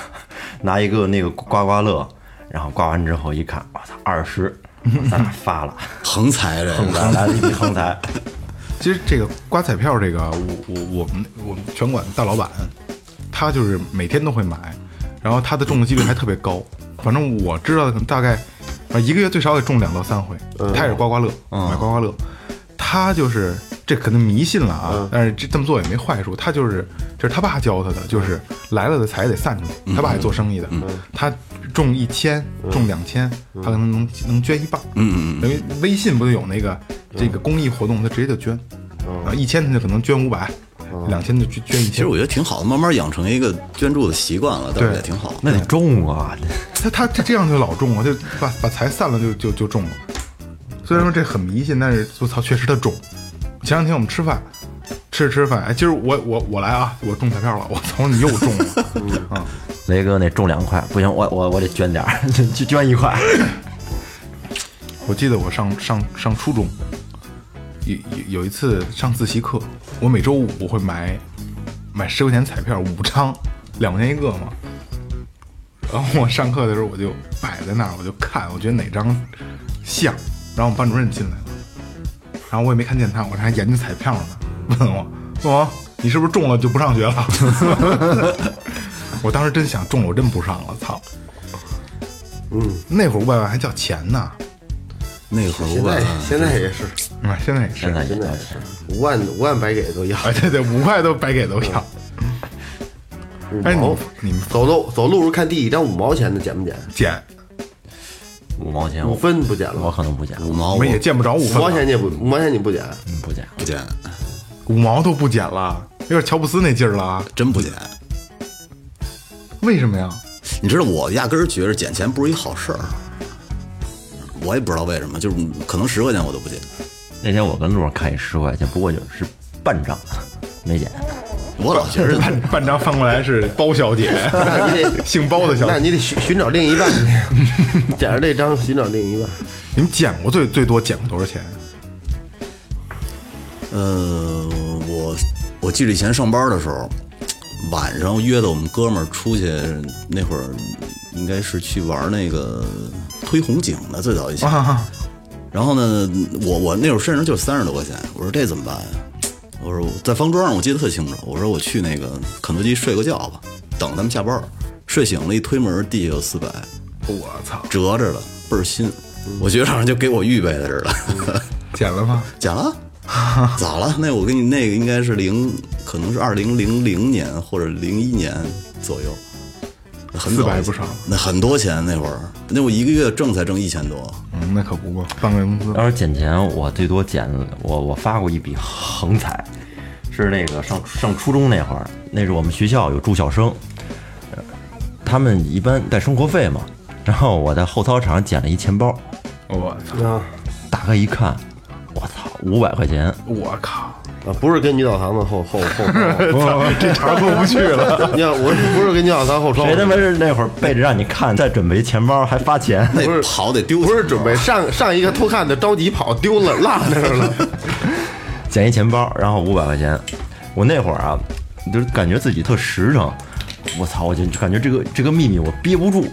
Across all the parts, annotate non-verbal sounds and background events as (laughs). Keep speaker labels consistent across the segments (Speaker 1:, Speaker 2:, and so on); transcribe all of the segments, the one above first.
Speaker 1: 拿一个那个刮刮乐，然后刮完之后一看，我操，二十，咱俩发了，
Speaker 2: 横财这
Speaker 1: 横
Speaker 2: 个，
Speaker 1: 财来了一笔横财，
Speaker 3: 其实这个刮彩票这个，我我我们我们拳馆大老板，他就是每天都会买，然后他的中的几率还特别高，反正我知道的可能大概，啊一个月最少得中两到三回，
Speaker 2: 嗯
Speaker 3: 他也是刮刮乐，买刮刮乐，他就是这可能迷信了
Speaker 2: 嗯
Speaker 3: 啊，但是这这么做也没坏处，他就是这是他爸教他的，就是来了的财得散出
Speaker 2: 嗯
Speaker 3: 去，他爸也做生意的，他中一千中两千，他可能能能捐一半，
Speaker 2: 嗯嗯
Speaker 3: 因
Speaker 2: 嗯
Speaker 3: 为微信不就有那个这个公益活动，他直接就捐，
Speaker 2: 嗯
Speaker 3: 啊，一千他就可能捐五百，两千就捐捐一
Speaker 2: 其实
Speaker 3: 千
Speaker 2: 我。觉得挺好的，慢慢养成一个捐助的习惯了，倒是
Speaker 3: 对
Speaker 2: 也挺好。
Speaker 1: (laughs) 那得中啊，
Speaker 3: 他他他这样就老中了，就把把财散了就就就中了。虽然说这很迷信，但是我操，确实他中。前两天我们吃饭，吃着吃着饭，哎，今儿我我我来啊，我中彩票了，我操，你又中了。
Speaker 1: 雷哥那中两块，不行，我我我得捐点儿，就捐一块，
Speaker 3: 我记得我上上上初中，有有有一次上自习课，我每周五我会买买十块钱彩票五张，两块钱一个嘛。然后我上课的时候我就摆在那儿，我就看，我觉得哪张像。然后我们班主任进来了，然后我也没看见他，我这还研究彩票呢，问我宋王，你是不是中了就不上学了？ (laughs) 我当时真想中了，我真不上了，操！嗯，那会儿五百万还叫钱呢，
Speaker 2: 那会儿
Speaker 4: 现
Speaker 2: 五百
Speaker 4: 在，现在也是，
Speaker 3: 啊，现在也是
Speaker 1: 现。在
Speaker 4: 现
Speaker 1: 也
Speaker 4: 在也是，五万五万白给都要。
Speaker 3: 啊，对对，五块都白给都要。
Speaker 4: 五
Speaker 3: 哎，你
Speaker 4: 毛
Speaker 3: 们，你们
Speaker 4: 走路走路时候看地一张五毛钱的捡不捡？
Speaker 3: 捡，
Speaker 1: 五毛钱，
Speaker 4: 五
Speaker 1: 我
Speaker 4: 分不捡
Speaker 1: 我
Speaker 4: 了，
Speaker 1: 可能不捡，
Speaker 2: 五毛
Speaker 3: 哎我
Speaker 2: 我
Speaker 3: 们也见不着五
Speaker 4: 五
Speaker 3: 分
Speaker 4: 毛
Speaker 3: 了，
Speaker 4: 钱你也不五毛钱你不捡，
Speaker 1: 嗯不捡，
Speaker 2: 不捡，
Speaker 3: 五毛都不捡了，有点乔布斯那劲儿了啊。
Speaker 2: 真不捡。
Speaker 3: 为什么呀？
Speaker 2: 你知道我压根儿觉着捡钱不是一好事儿，我也不知道为什么，就是可能十块钱我都不捡，
Speaker 1: 那天我跟路上看一十块钱，不过就是半张，没捡。
Speaker 2: 我老
Speaker 3: (laughs)
Speaker 2: 觉着
Speaker 3: 半半张翻过来是包小 (laughs) 姐，
Speaker 4: 那你得
Speaker 3: 姓包的小
Speaker 4: 那
Speaker 3: 姐。
Speaker 4: 你得寻寻找
Speaker 3: (laughs)
Speaker 4: 另一半，捡着这张寻找另一半。
Speaker 3: 你们捡过最最多捡过多少钱？
Speaker 2: 呃，我我记得以前上班的时候，晚上约的我们哥们儿出去，那会儿应该是去玩那个推红警的，最早以
Speaker 3: (laughs)
Speaker 2: 前。
Speaker 3: 啊，
Speaker 2: 然后呢，我我那会儿身上就三十多块钱，我说这怎么办呀、我说我在方庄，我记得特清楚。我说我去那个肯德基睡个觉吧，等他们下班儿。睡醒了，一推门，地下有四百，
Speaker 3: 我操，
Speaker 2: 折着了，倍儿新。我觉着好像就给我预备的似 (laughs) 的。
Speaker 3: 捡了吗？
Speaker 2: 讲了， (laughs) 早了。那我跟你那个应该是零，可能是二零零零年或者零一年左右，很早
Speaker 3: 400不少
Speaker 2: 那很多钱那会儿，那我一个月挣才挣一千多，，
Speaker 3: 嗯，那可不嘛，半个月工资。
Speaker 1: 要是捡钱，我最多捡我我发过一笔横财，是那个上上初中那会儿，那是我们学校有住校生，呃他们一般带生活费嘛，然后我在后操场捡了一钱包，
Speaker 3: 我操，
Speaker 4: 啊
Speaker 1: 打开一看，我操，五百块钱，
Speaker 3: 我靠，
Speaker 4: 啊，不是跟女澡堂子后后后，
Speaker 3: 这茬儿过不
Speaker 4: (laughs)
Speaker 3: 去了。
Speaker 4: 你看我是不是跟女澡堂后啊窗
Speaker 1: 谁，他妈是那会儿背着让你看，再准备钱包还发钱
Speaker 2: 那跑得丢钱
Speaker 4: 不是准备上上一个偷看的着急跑丢了落那儿了，
Speaker 1: 捡一钱包，然后五百块钱，我那会儿啊，就是感觉自己特实诚，我操，我就就感觉这个这个秘密我憋不住，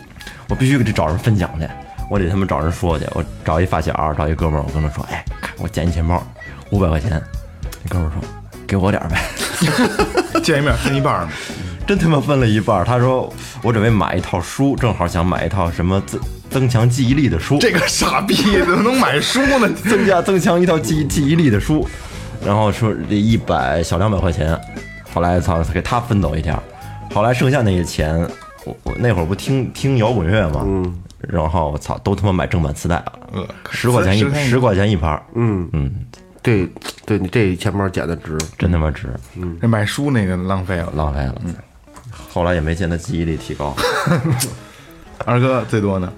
Speaker 1: 我必须给这找人分享去，我得他妈找人说去，我找一发小，找一哥们儿，我跟他说，哎，看我捡一钱包，五百块钱，那哥们儿说，给我点儿呗， (laughs)
Speaker 3: 见一面分一半儿嘛，
Speaker 1: 真他妈分了一半儿，他说我准备买一套书，正好想买一套什么增增强记忆力的书，
Speaker 3: 这个傻逼怎么能买书呢？
Speaker 1: 增加增强一套记忆记忆力的书，然后说这一百小两百块钱，后来操给他分走一点儿，后来剩下那些钱，我我那会儿不听听摇滚乐嘛，嗯，然后我操都他妈买正版磁带了，十块钱一十块钱一盘儿，
Speaker 4: 嗯嗯，这对你这钱包捡的值，
Speaker 1: 真他妈值，
Speaker 3: 这 (laughs) 买书那个浪费了。
Speaker 1: 浪费了。后来也没见他记忆力提高，
Speaker 3: 二哥最多呢？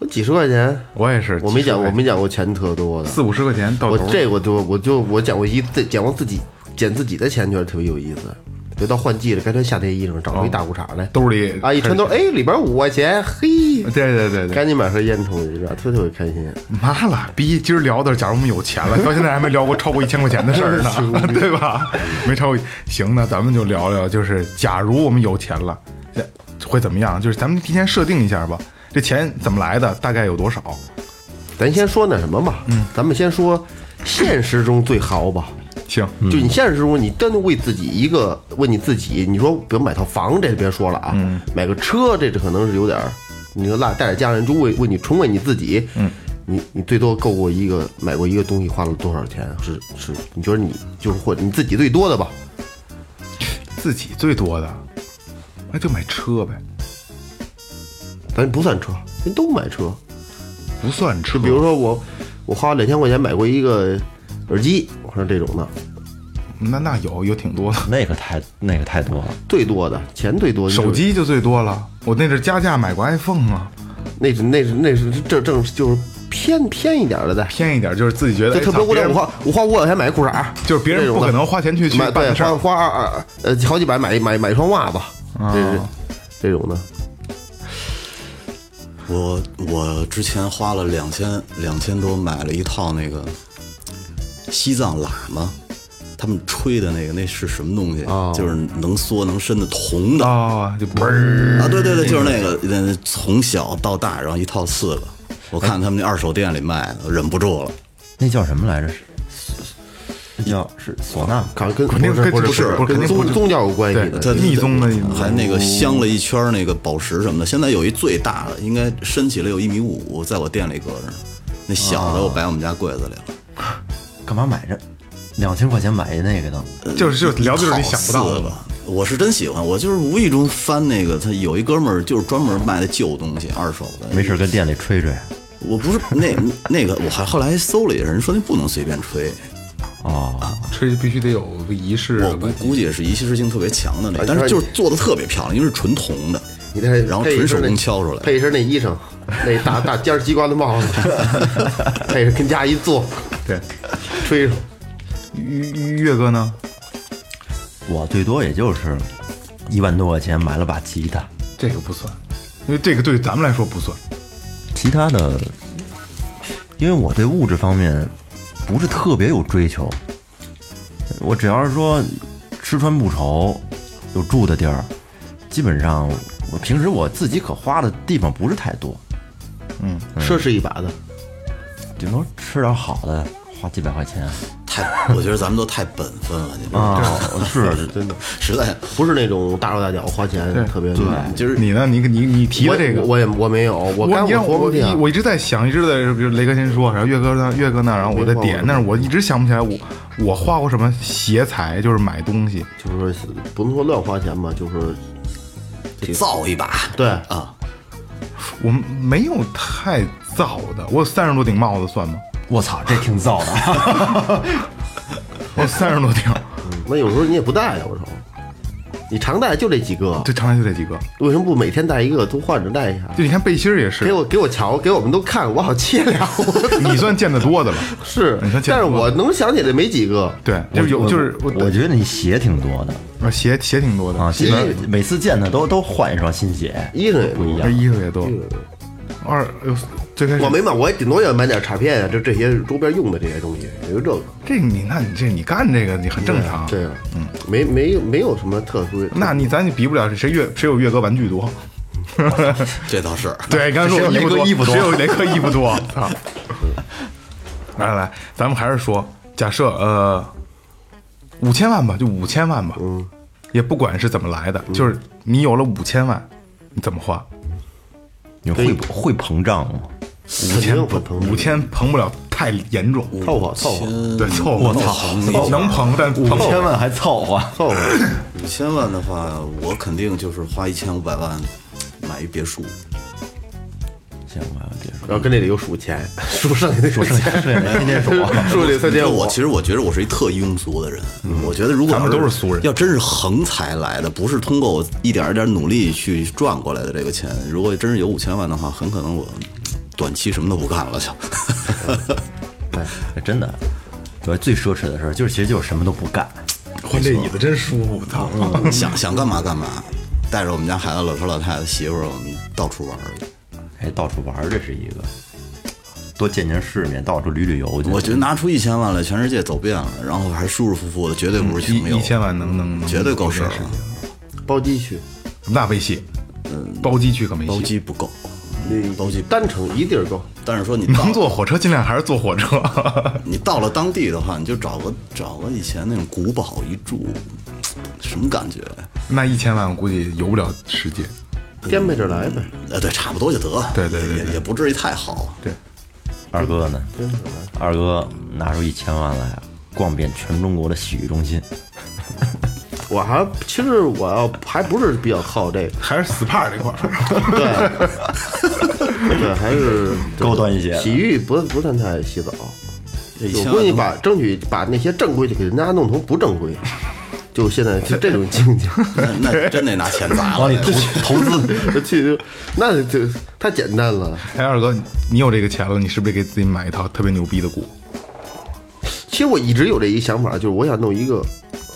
Speaker 4: 我几十块钱，
Speaker 3: 我也是，
Speaker 4: 我没讲，
Speaker 3: 其实哎
Speaker 4: 我没讲过钱特多的，
Speaker 3: 四五十块钱到
Speaker 4: 我
Speaker 3: 头，
Speaker 4: 这我就我就我讲过一次，讲过自己捡自己的钱，觉得特别有意思。就到换季了，该穿夏天衣裳，找出一大裤衩来，
Speaker 3: 兜里
Speaker 4: 啊一
Speaker 3: 开
Speaker 4: 抻
Speaker 3: 始
Speaker 4: 兜，哎，里边五块钱，嘿，
Speaker 3: 对对对嗯对，
Speaker 4: 赶紧买盒烟抽一个，特特别开心。
Speaker 3: 妈了逼！今儿聊的，假如我们有钱了，到现在还没聊过超过一千块钱的事
Speaker 4: (laughs)
Speaker 3: 儿呢，对吧？没超过，行，那咱们就聊聊，就是假如我们有钱了，呃会怎么样？就是咱们提前设定一下吧，这钱怎么来的，大概有多少？
Speaker 4: 咱先说那什么吧，嗯，咱们先说现实中最豪吧。
Speaker 3: 行，
Speaker 4: 就你现实中，你真的为自己一个，为你自己，你说比如买套房，这别说了啊，
Speaker 3: 嗯
Speaker 4: 买个车，这可能是有点儿，你说拉带着家人就为为你纯为你自己，嗯，你你最多购过一个买过一个东西花了多少钱？是是，你觉得你就是或你自己最多的吧？
Speaker 3: 自己最多的，那就买车呗，
Speaker 4: 咱不算车，人都买车，
Speaker 3: 不算车。
Speaker 4: 就比如说我我花两千块钱买过一个耳机，我说这种的
Speaker 3: 那那有有挺多的，
Speaker 1: 那个太那个太多了，
Speaker 4: 最多的钱最多的就是
Speaker 3: 手机就最多了，我那阵加价买过 iPhone 啊，
Speaker 4: 那是那是那是正正就是偏偏一点儿的在。
Speaker 3: 偏一点就是自己觉得
Speaker 4: 就特别无聊，
Speaker 3: 哎操别人
Speaker 4: 我花我花五百块钱买个裤衩儿，
Speaker 3: 就是别人
Speaker 4: 这种的
Speaker 3: 不可能花钱去去
Speaker 4: 买
Speaker 3: 办
Speaker 4: 对
Speaker 3: 的事儿啊
Speaker 4: 花花二二呃好几百买买买一双袜子，这是这种的。
Speaker 2: 我我之前花了两千两千多买了一套那个西藏喇嘛，他们吹的那个那是什么东西？就是能缩能伸的铜的啊
Speaker 3: 哦，就嘣儿。
Speaker 2: 啊对对对，就是那个，
Speaker 3: 嗯
Speaker 2: 呃从小到大，然后一套四个，我看他们那二手店里卖的，忍不住了。
Speaker 1: 那叫什么来着？是那叫是唢呐吗，
Speaker 4: 好像跟
Speaker 3: 肯定
Speaker 4: 不是
Speaker 3: 跟
Speaker 4: 不
Speaker 3: 不是
Speaker 4: 是
Speaker 3: 不是肯定
Speaker 4: 跟
Speaker 3: 不
Speaker 4: 宗
Speaker 3: 是
Speaker 4: 宗教有关系的，
Speaker 3: 对，密宗的一种
Speaker 2: 还那个镶了一圈那个宝石什么的，现在有一最大的，应该伸起来有一米五，在我店里搁着。那小
Speaker 3: 啊
Speaker 2: 的我摆我们家柜子里了。
Speaker 1: 干嘛买这两千块钱买一那个呢？
Speaker 3: 就是就是聊的就是你想不到的
Speaker 2: 的吧？我是真喜欢，我就是无意中翻那个，他有一哥们儿就是专门卖的旧东西，二手的。
Speaker 1: 没事，跟店里吹吹。
Speaker 2: 我不是那那个，我还后来还搜了一下，人说那不能随便吹，
Speaker 1: 哦，
Speaker 3: 吹必须得有个仪式
Speaker 2: 我估估计是一吸式性特别强的那个，但是就是做的特别漂亮，因为是纯铜的，
Speaker 4: 你再
Speaker 2: 然后
Speaker 4: 配一
Speaker 2: 纯
Speaker 4: 身
Speaker 2: 手
Speaker 4: 那
Speaker 2: 工敲出来。
Speaker 4: 配一身那衣裳，那大大尖儿鸡冠的帽子， (laughs) 配着跟家一坐，
Speaker 3: 对，
Speaker 4: 吹上。
Speaker 3: 岳岳哥呢？
Speaker 1: 我最多也就是一万多块钱买了把吉他，
Speaker 3: 这个不算，因为这个对咱们来说不算。
Speaker 1: 其他的，因为我对物质方面不是特别有追求，我只要是说吃穿不愁，有住的地儿，基本上我平时我自己可花的地方不是太多，
Speaker 3: 嗯
Speaker 4: 奢侈一把的，
Speaker 1: 顶多吃点好的，花几百块钱
Speaker 2: 太，我觉得咱们都太本分了，你知道吗？
Speaker 1: 啊，是
Speaker 4: 真的
Speaker 2: 实在
Speaker 4: 不是那种大手大脚花钱
Speaker 3: 对
Speaker 4: 特别
Speaker 2: 对，就是
Speaker 3: 你呢？你你你提
Speaker 4: 我
Speaker 3: 的这个，
Speaker 4: 我也我没有，我
Speaker 3: 我
Speaker 4: 干
Speaker 3: 你让
Speaker 4: 活
Speaker 3: 我
Speaker 4: 不定
Speaker 3: 一我一直在想，一直在比如雷哥先说，然后岳哥那岳哥那，然后我在点，但是我一直想不起来我我花过什么邪财，就是买东西。
Speaker 4: 就是说不能说乱花钱吧，就是说
Speaker 2: 造一把，
Speaker 4: (laughs) 对
Speaker 2: 啊，
Speaker 3: 我没有太造的，我有三十多顶帽子算吗？
Speaker 1: 我操，这挺燥的，
Speaker 3: (laughs) 我三十多 (laughs) 顶，
Speaker 4: 那有时候你也不戴呀，我操！你常戴就这几个，
Speaker 3: 这常来就这几个。
Speaker 4: 为什么不每天戴一个，都换着戴一下？
Speaker 3: 就你看背心儿也
Speaker 4: 给
Speaker 3: 是，
Speaker 4: 我给我瞧，给我们都 (laughs) 看，我好切了。
Speaker 3: 你算见得多的 (laughs) 了。
Speaker 4: 是
Speaker 3: 你说，这
Speaker 4: 但是我能想起来没几个。
Speaker 3: 对，就是有就是
Speaker 1: 我我觉得你鞋挺多的
Speaker 3: 我鞋鞋挺多的
Speaker 1: 啊，基本上每次见他都都换一双新鞋，
Speaker 4: 衣裳也
Speaker 1: 不一
Speaker 3: 这
Speaker 1: 样。
Speaker 3: 衣服也多。二呃最开始
Speaker 4: 我没买，我也顶多也买点卡片啊，就这些周边用的这些东西，也就这个。
Speaker 3: 这你那你这你干这个你很正常。
Speaker 4: 对啊，嗯，没没没有什么特殊。
Speaker 3: 那你咱就比不了谁岳谁有岳哥玩具多。
Speaker 2: 这倒是。
Speaker 3: 对， (laughs) 刚才说
Speaker 1: 谁有
Speaker 3: 我
Speaker 1: 雷哥衣服多
Speaker 3: 谁有雷哥衣服 (laughs) 多？操！来来来，咱们还是说，假设呃五千万吧，就五千万吧，嗯，也不管是怎么来的，就是你有了五千万，你怎么花？
Speaker 1: 你会会膨胀吗？
Speaker 4: 五千
Speaker 3: 五千膨不了太严重，
Speaker 4: 凑合凑合
Speaker 3: 对，凑合
Speaker 2: 操
Speaker 3: 能膨但
Speaker 1: 五
Speaker 3: 膨不了
Speaker 1: 千万还凑合，
Speaker 4: 凑合，
Speaker 2: 五千万的话，我肯定就是花一千五百万买一别墅，
Speaker 1: 行吧，我结束。
Speaker 4: 然后跟这里又数钱，数剩下的数钱，
Speaker 1: 对，天天说，
Speaker 4: 数这三
Speaker 2: 因为
Speaker 4: 千五
Speaker 2: 我。其实我觉得我是一特庸俗的人，我觉得如
Speaker 3: 嗯
Speaker 2: 果
Speaker 3: 咱们
Speaker 2: 要
Speaker 3: 都是俗人
Speaker 2: 要真是横财来的，不是通过我一点儿一点儿努力去赚过来的这个钱，如果真是有五千万的话，很可能我短期什么都不干了就。
Speaker 1: 哎，真的，我最奢侈的事儿就是，其实就是什么都不干。
Speaker 3: 换这椅子真舒服，啊操！
Speaker 2: (laughs) 想想干嘛干嘛，带着我们家孩子、老头、老太太、媳妇儿，我们到处玩儿。
Speaker 1: 哎，到处玩儿这是一个，多见见世面，到处旅旅游去。
Speaker 2: 我觉得拿出一千万来，全世界走遍了，然后还舒舒服服的，绝对不是
Speaker 3: 一
Speaker 2: 穷游，
Speaker 3: 嗯一千万嗯能能能
Speaker 2: 绝对够事儿啊
Speaker 3: 这事
Speaker 2: 了。
Speaker 4: 包机去，
Speaker 3: 那没戏，包机去可没
Speaker 2: 包
Speaker 3: 戏。
Speaker 2: 机不够，包机。
Speaker 4: 单程一地儿够。
Speaker 2: 但是说你到
Speaker 3: 能坐火车尽量还是坐火车， (laughs)
Speaker 2: 你到了当地的话，你就找个找个以前那种古堡一住，什么感觉？
Speaker 3: 那一千万我估计游不了世界。
Speaker 4: 颠沛着来呗，
Speaker 2: 呃，对，差不多就得了。
Speaker 3: 对对对对
Speaker 2: 也也不至于太好。
Speaker 3: 对，
Speaker 1: 二哥呢？二哥拿出一千万来，啊逛遍全中国的洗浴中心。
Speaker 4: 我还其实我要还不是比较靠这个，
Speaker 3: (laughs) 还是 SPA 这块儿，
Speaker 4: 对，还是
Speaker 1: (laughs) 高端一些
Speaker 4: 洗浴不不算太洗澡，
Speaker 2: 以
Speaker 4: 我
Speaker 2: 前
Speaker 4: 估计把争取把那些正规的给人家弄成不正规，就现在就这种境
Speaker 1: (laughs)
Speaker 4: 界，
Speaker 2: 那 (laughs) 那真得拿钱砸 (laughs) 了。
Speaker 4: 投资去那就太简单了。
Speaker 3: (laughs) 哎，二哥，你有这个钱了，你是不是得给自己买一套特别牛逼的股？
Speaker 4: 其实我一直有这一想法，就是我想弄一个，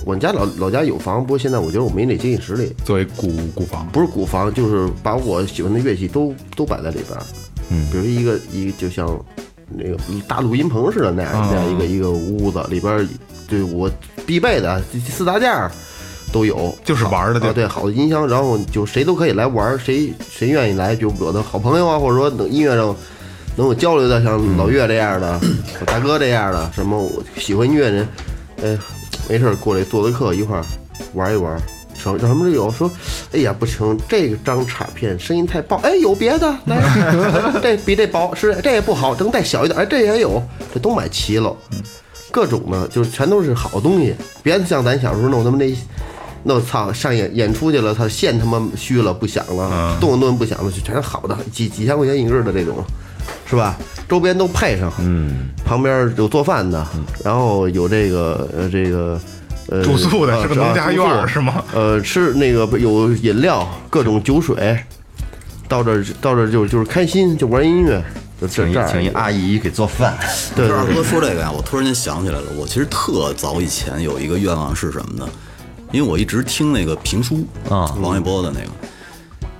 Speaker 4: 我们家老老家有房，不过现在我觉得我没那经济实力，
Speaker 3: 作为股股房，
Speaker 4: 不是古房，就是把我喜欢的乐器都都摆在里边儿。嗯，比如一个一就像那个大录音棚似的那样、
Speaker 3: 啊
Speaker 4: 那样一个一个屋子，里边儿对我必备的啊四大件儿都有。
Speaker 3: 就是玩儿的
Speaker 4: 啊，
Speaker 3: 对
Speaker 4: 对，好的音箱，然后就谁都可以来玩儿，谁谁愿意来，就我的好朋友啊，或者说能音乐上能有交流的，
Speaker 3: 嗯
Speaker 4: 像老岳这样的，我大哥这样的，什么我喜欢音乐人，哎，没事儿过来做做客，一块儿玩一玩。什么什么都有说，哎呀不行，这张卡片声音太爆，哎有别的来， (laughs) 这比这薄是这也不好，能再小一点，哎这也有，这都买齐了。
Speaker 3: 嗯
Speaker 4: 各种的，就是全都是好东西，别像咱小时候弄他妈那，弄操上演演出去了，操线他妈虚了不响
Speaker 3: 嗯
Speaker 4: 了，动动不响了，就全是好的，几几千块钱一个的这种，是吧？周边都配上，嗯，旁边有做饭的，然后有这个呃这个。呃，
Speaker 3: 嗯住宿的
Speaker 4: 啊
Speaker 3: 是个农家院儿
Speaker 4: 啊住宿
Speaker 3: 是吗
Speaker 4: 呃，吃那个有饮料，各种酒水，到这儿到这儿就就是开心，就玩音乐，就这
Speaker 1: 请一
Speaker 4: 这儿
Speaker 1: 请一阿姨给做
Speaker 2: (laughs)
Speaker 1: 饭，
Speaker 4: 对
Speaker 2: 这
Speaker 4: 对
Speaker 2: 二哥说这个呀，我突然间想起来了，我其实特早以前有一个愿望是什么呢？因为我一直听那个评书
Speaker 1: 啊
Speaker 2: 王一博的那个，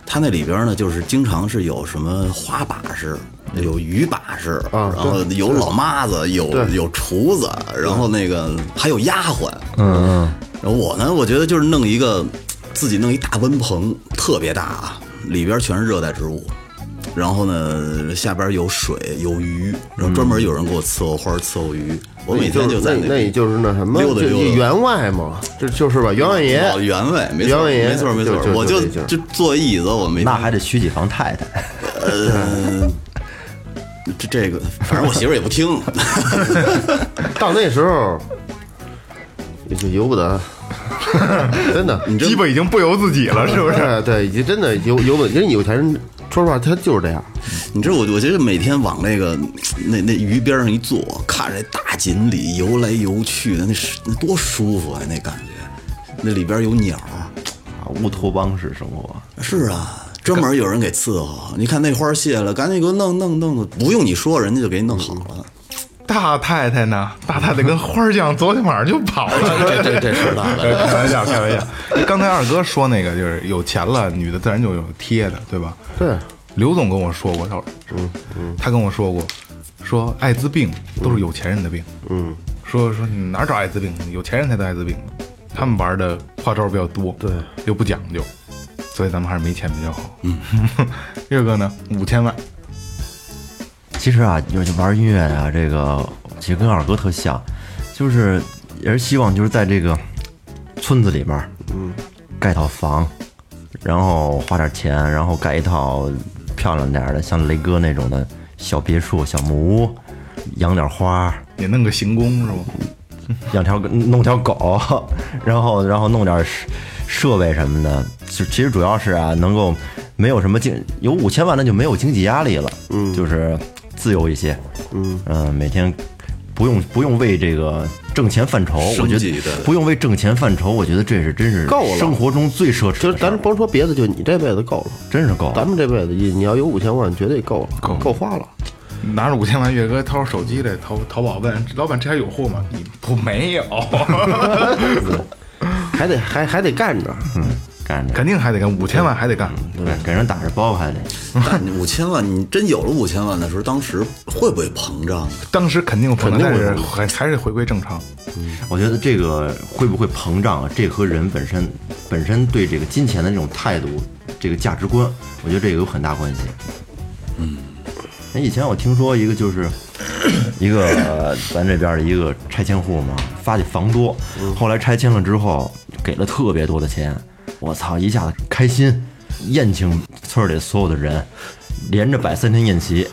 Speaker 2: 他那里边呢，就是经常是有什么花把式，有鱼把式，
Speaker 4: 嗯啊
Speaker 2: 然后有老妈子，有
Speaker 4: 对嗯
Speaker 2: 有厨子，然后那个还有丫鬟，嗯嗯，然后我呢，我觉得就是弄一个自己弄一大温棚，特别大啊，里边全是热带植物。然后呢，下边有水有鱼，然后专门有人给我伺候花儿伺候鱼，我每天就在
Speaker 4: 那，那也就是那什么，
Speaker 2: 溜达
Speaker 4: 就
Speaker 2: 溜达
Speaker 4: 就员外嘛，这就是吧，员外爷，
Speaker 2: 老原味，没
Speaker 4: 原
Speaker 2: 错，
Speaker 4: 味爷
Speaker 2: 没错，没错
Speaker 4: 就就，
Speaker 2: 我
Speaker 4: 就
Speaker 2: 就
Speaker 4: 这劲儿
Speaker 2: 就坐一椅子，我没
Speaker 1: 那还得娶几房太太。
Speaker 2: 这这个，反正我媳妇儿也不 (laughs) 听，
Speaker 4: 到那时候也就由不
Speaker 2: (laughs)
Speaker 4: 得，真的，
Speaker 3: 基本已经不由自己了，是不是？
Speaker 4: 哎对，已经真的由由不得，人有钱人说实话他就是这样，
Speaker 2: 你知道我，我觉得每天往那个那那鱼边上一坐，看着大锦鲤游来游去的，那是那多舒服啊！那感觉，那里边有鸟，
Speaker 1: 啊，乌托邦式生活，
Speaker 2: 是啊，专门有人给伺候。你看那花谢了，赶紧给我弄弄弄，不用你说，人家就给你弄好了。
Speaker 3: 大太太呢？大太太跟花儿酱昨天晚上就跑 (laughs) 了。
Speaker 2: 这这这是的，
Speaker 3: (laughs) 开玩笑，开玩笑。刚才二哥说那个就是有钱了，女的自然就有贴的，对吧？
Speaker 4: 对，
Speaker 3: 刘总跟我说过，他嗯嗯，他跟我说过，说艾滋病都是有钱人的病，嗯，说说你哪儿找艾滋病？有钱人才得艾滋病呢，他们玩的花招比较多，对，又不讲究，所以咱们还是没钱比较好。 (laughs) 嗯，月哥呢？五千万，
Speaker 1: 其实啊，就是玩音乐啊，这个其实跟二哥特像，就是也是希望就是在这个村子里面，嗯，盖套房，然后花点钱，然后盖一套漂亮点儿的，像雷哥那种的小别墅、小木屋，养点花，
Speaker 3: 也弄个行宫是吧？
Speaker 1: 养条弄条狗， (laughs) 然后然后弄点设设备什么的，就其实主要是啊，能够没有什么经有五嗯千万那就没有经济压力了，嗯，就是自由一些，嗯每天不用不用为这个挣钱犯愁，我
Speaker 2: 生
Speaker 1: 觉
Speaker 2: 计
Speaker 1: 得
Speaker 2: 对
Speaker 1: 不用为挣钱犯愁，我觉得这是真是
Speaker 4: 够了
Speaker 1: 生活中最奢侈的事
Speaker 4: 就
Speaker 1: 儿，
Speaker 4: 是咱甭说别的，就你这辈子够了，
Speaker 1: 真是够了
Speaker 4: 咱。们这辈子你你要有五千万，绝对够了，
Speaker 3: 够
Speaker 4: 够花了。
Speaker 3: 拿着五千万，岳哥掏出手机来，淘淘宝问老板这还有货吗？你不没
Speaker 4: (laughs)
Speaker 3: 有， (laughs)
Speaker 4: 还得还还得干着，
Speaker 1: 嗯，干着
Speaker 3: 肯定还得干，五千万还得干。
Speaker 4: 嗯
Speaker 1: 对，给人打着包还得
Speaker 2: 但你五千万，你真有了五千万的时候，当时会不会膨胀？啊
Speaker 3: 当时肯定不能，
Speaker 4: 肯定
Speaker 3: 但
Speaker 4: 不
Speaker 3: 是
Speaker 4: 能
Speaker 3: 还还是回归正常。
Speaker 1: 我觉得这个会不会膨胀啊？这和人本身本身对这个金钱的这种态度、这个价值观，我觉得这个有很大关系。嗯，以前我听说一个 (coughs) 就是一个呃咱这边儿的一个拆迁户嘛，发的房多，后来拆迁了之后给了特别多的钱，我操，一下子开心，宴请村儿里所有的人，连着摆三天宴席，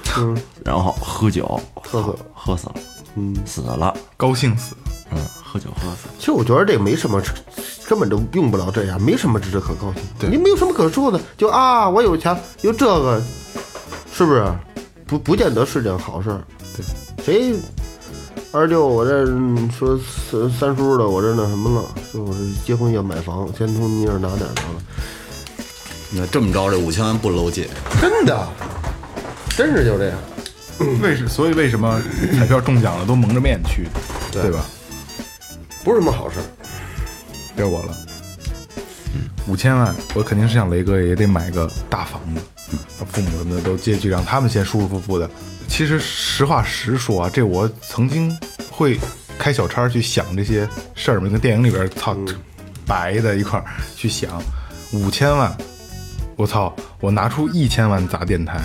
Speaker 1: 然后喝酒，
Speaker 4: 喝死了
Speaker 1: 嗯喝死了，嗯，死了，
Speaker 3: 高兴死了，
Speaker 1: 嗯，喝酒喝死了。
Speaker 4: 其实我觉得这没什么，根本就用不了这样，没什么值得可高兴。你没有什么可说的，就啊，我有钱，有这个，是不是？不不见得是件好事儿。对，谁二舅我这嗯说三三叔的，我这那什么了，说我这结婚要买房，先从你那儿拿点儿得
Speaker 2: 那这么着，这五千万不搂姐，
Speaker 4: 了。 (laughs) 真的，真是就这样。嗯
Speaker 3: 为什所以为什么彩票中奖了都蒙着面去，
Speaker 4: 对
Speaker 3: 对吧？
Speaker 4: 不是什么好事儿。
Speaker 3: 该我了，嗯五千万，我肯定是像雷哥也得买个大房子，父母什么的都接去，让他们先舒舒服服的。其实实话实说啊，这我曾经会开小差去想这些事儿嘛，跟电影里边儿操白的一块儿去想，五千万，我操，我拿出一千万砸电台，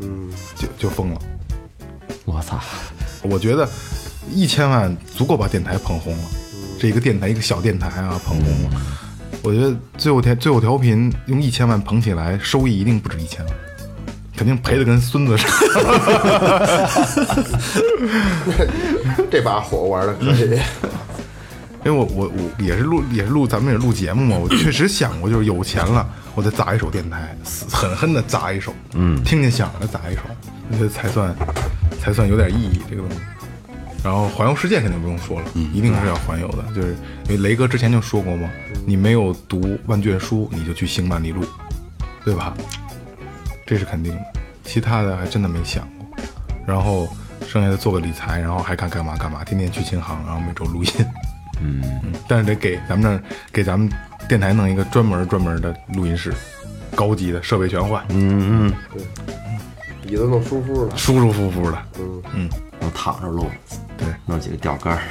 Speaker 4: 嗯，
Speaker 3: 就就疯了。
Speaker 1: 我操！
Speaker 3: 我觉得一千万足够把电台捧红了，这一个电台一个小电台啊捧红了。我觉得最后调最后调频用一千万捧起来，收益一定不止一千万，肯定赔的跟孙子似的。
Speaker 4: (laughs) 这把火玩的可以。
Speaker 3: 因为我我我也是录也是录咱们也录节目嘛，我确实想过，就是有钱了，我再砸一手电台，死狠狠的砸一手，嗯，听见响了砸一手，我觉得才算才算有点意义这个东西。然后环游世界肯定不用说了，一定是要环游的，就是因为雷哥之前就说过嘛，你没有读万卷书，你就去行万里路，对吧？这是肯定的，其他的还真的没想过。然后剩下的做个理财，然后还看干嘛干嘛，天天去琴行，然后每周录音。嗯，但是得给咱们这儿给咱们电台弄一个专门专门的录音室，高级的设备全换，
Speaker 4: 嗯 (laughs) 椅子弄舒服了，
Speaker 3: 舒舒服服的。嗯
Speaker 1: 我躺着录，
Speaker 3: 对，
Speaker 1: 弄几个钓竿儿，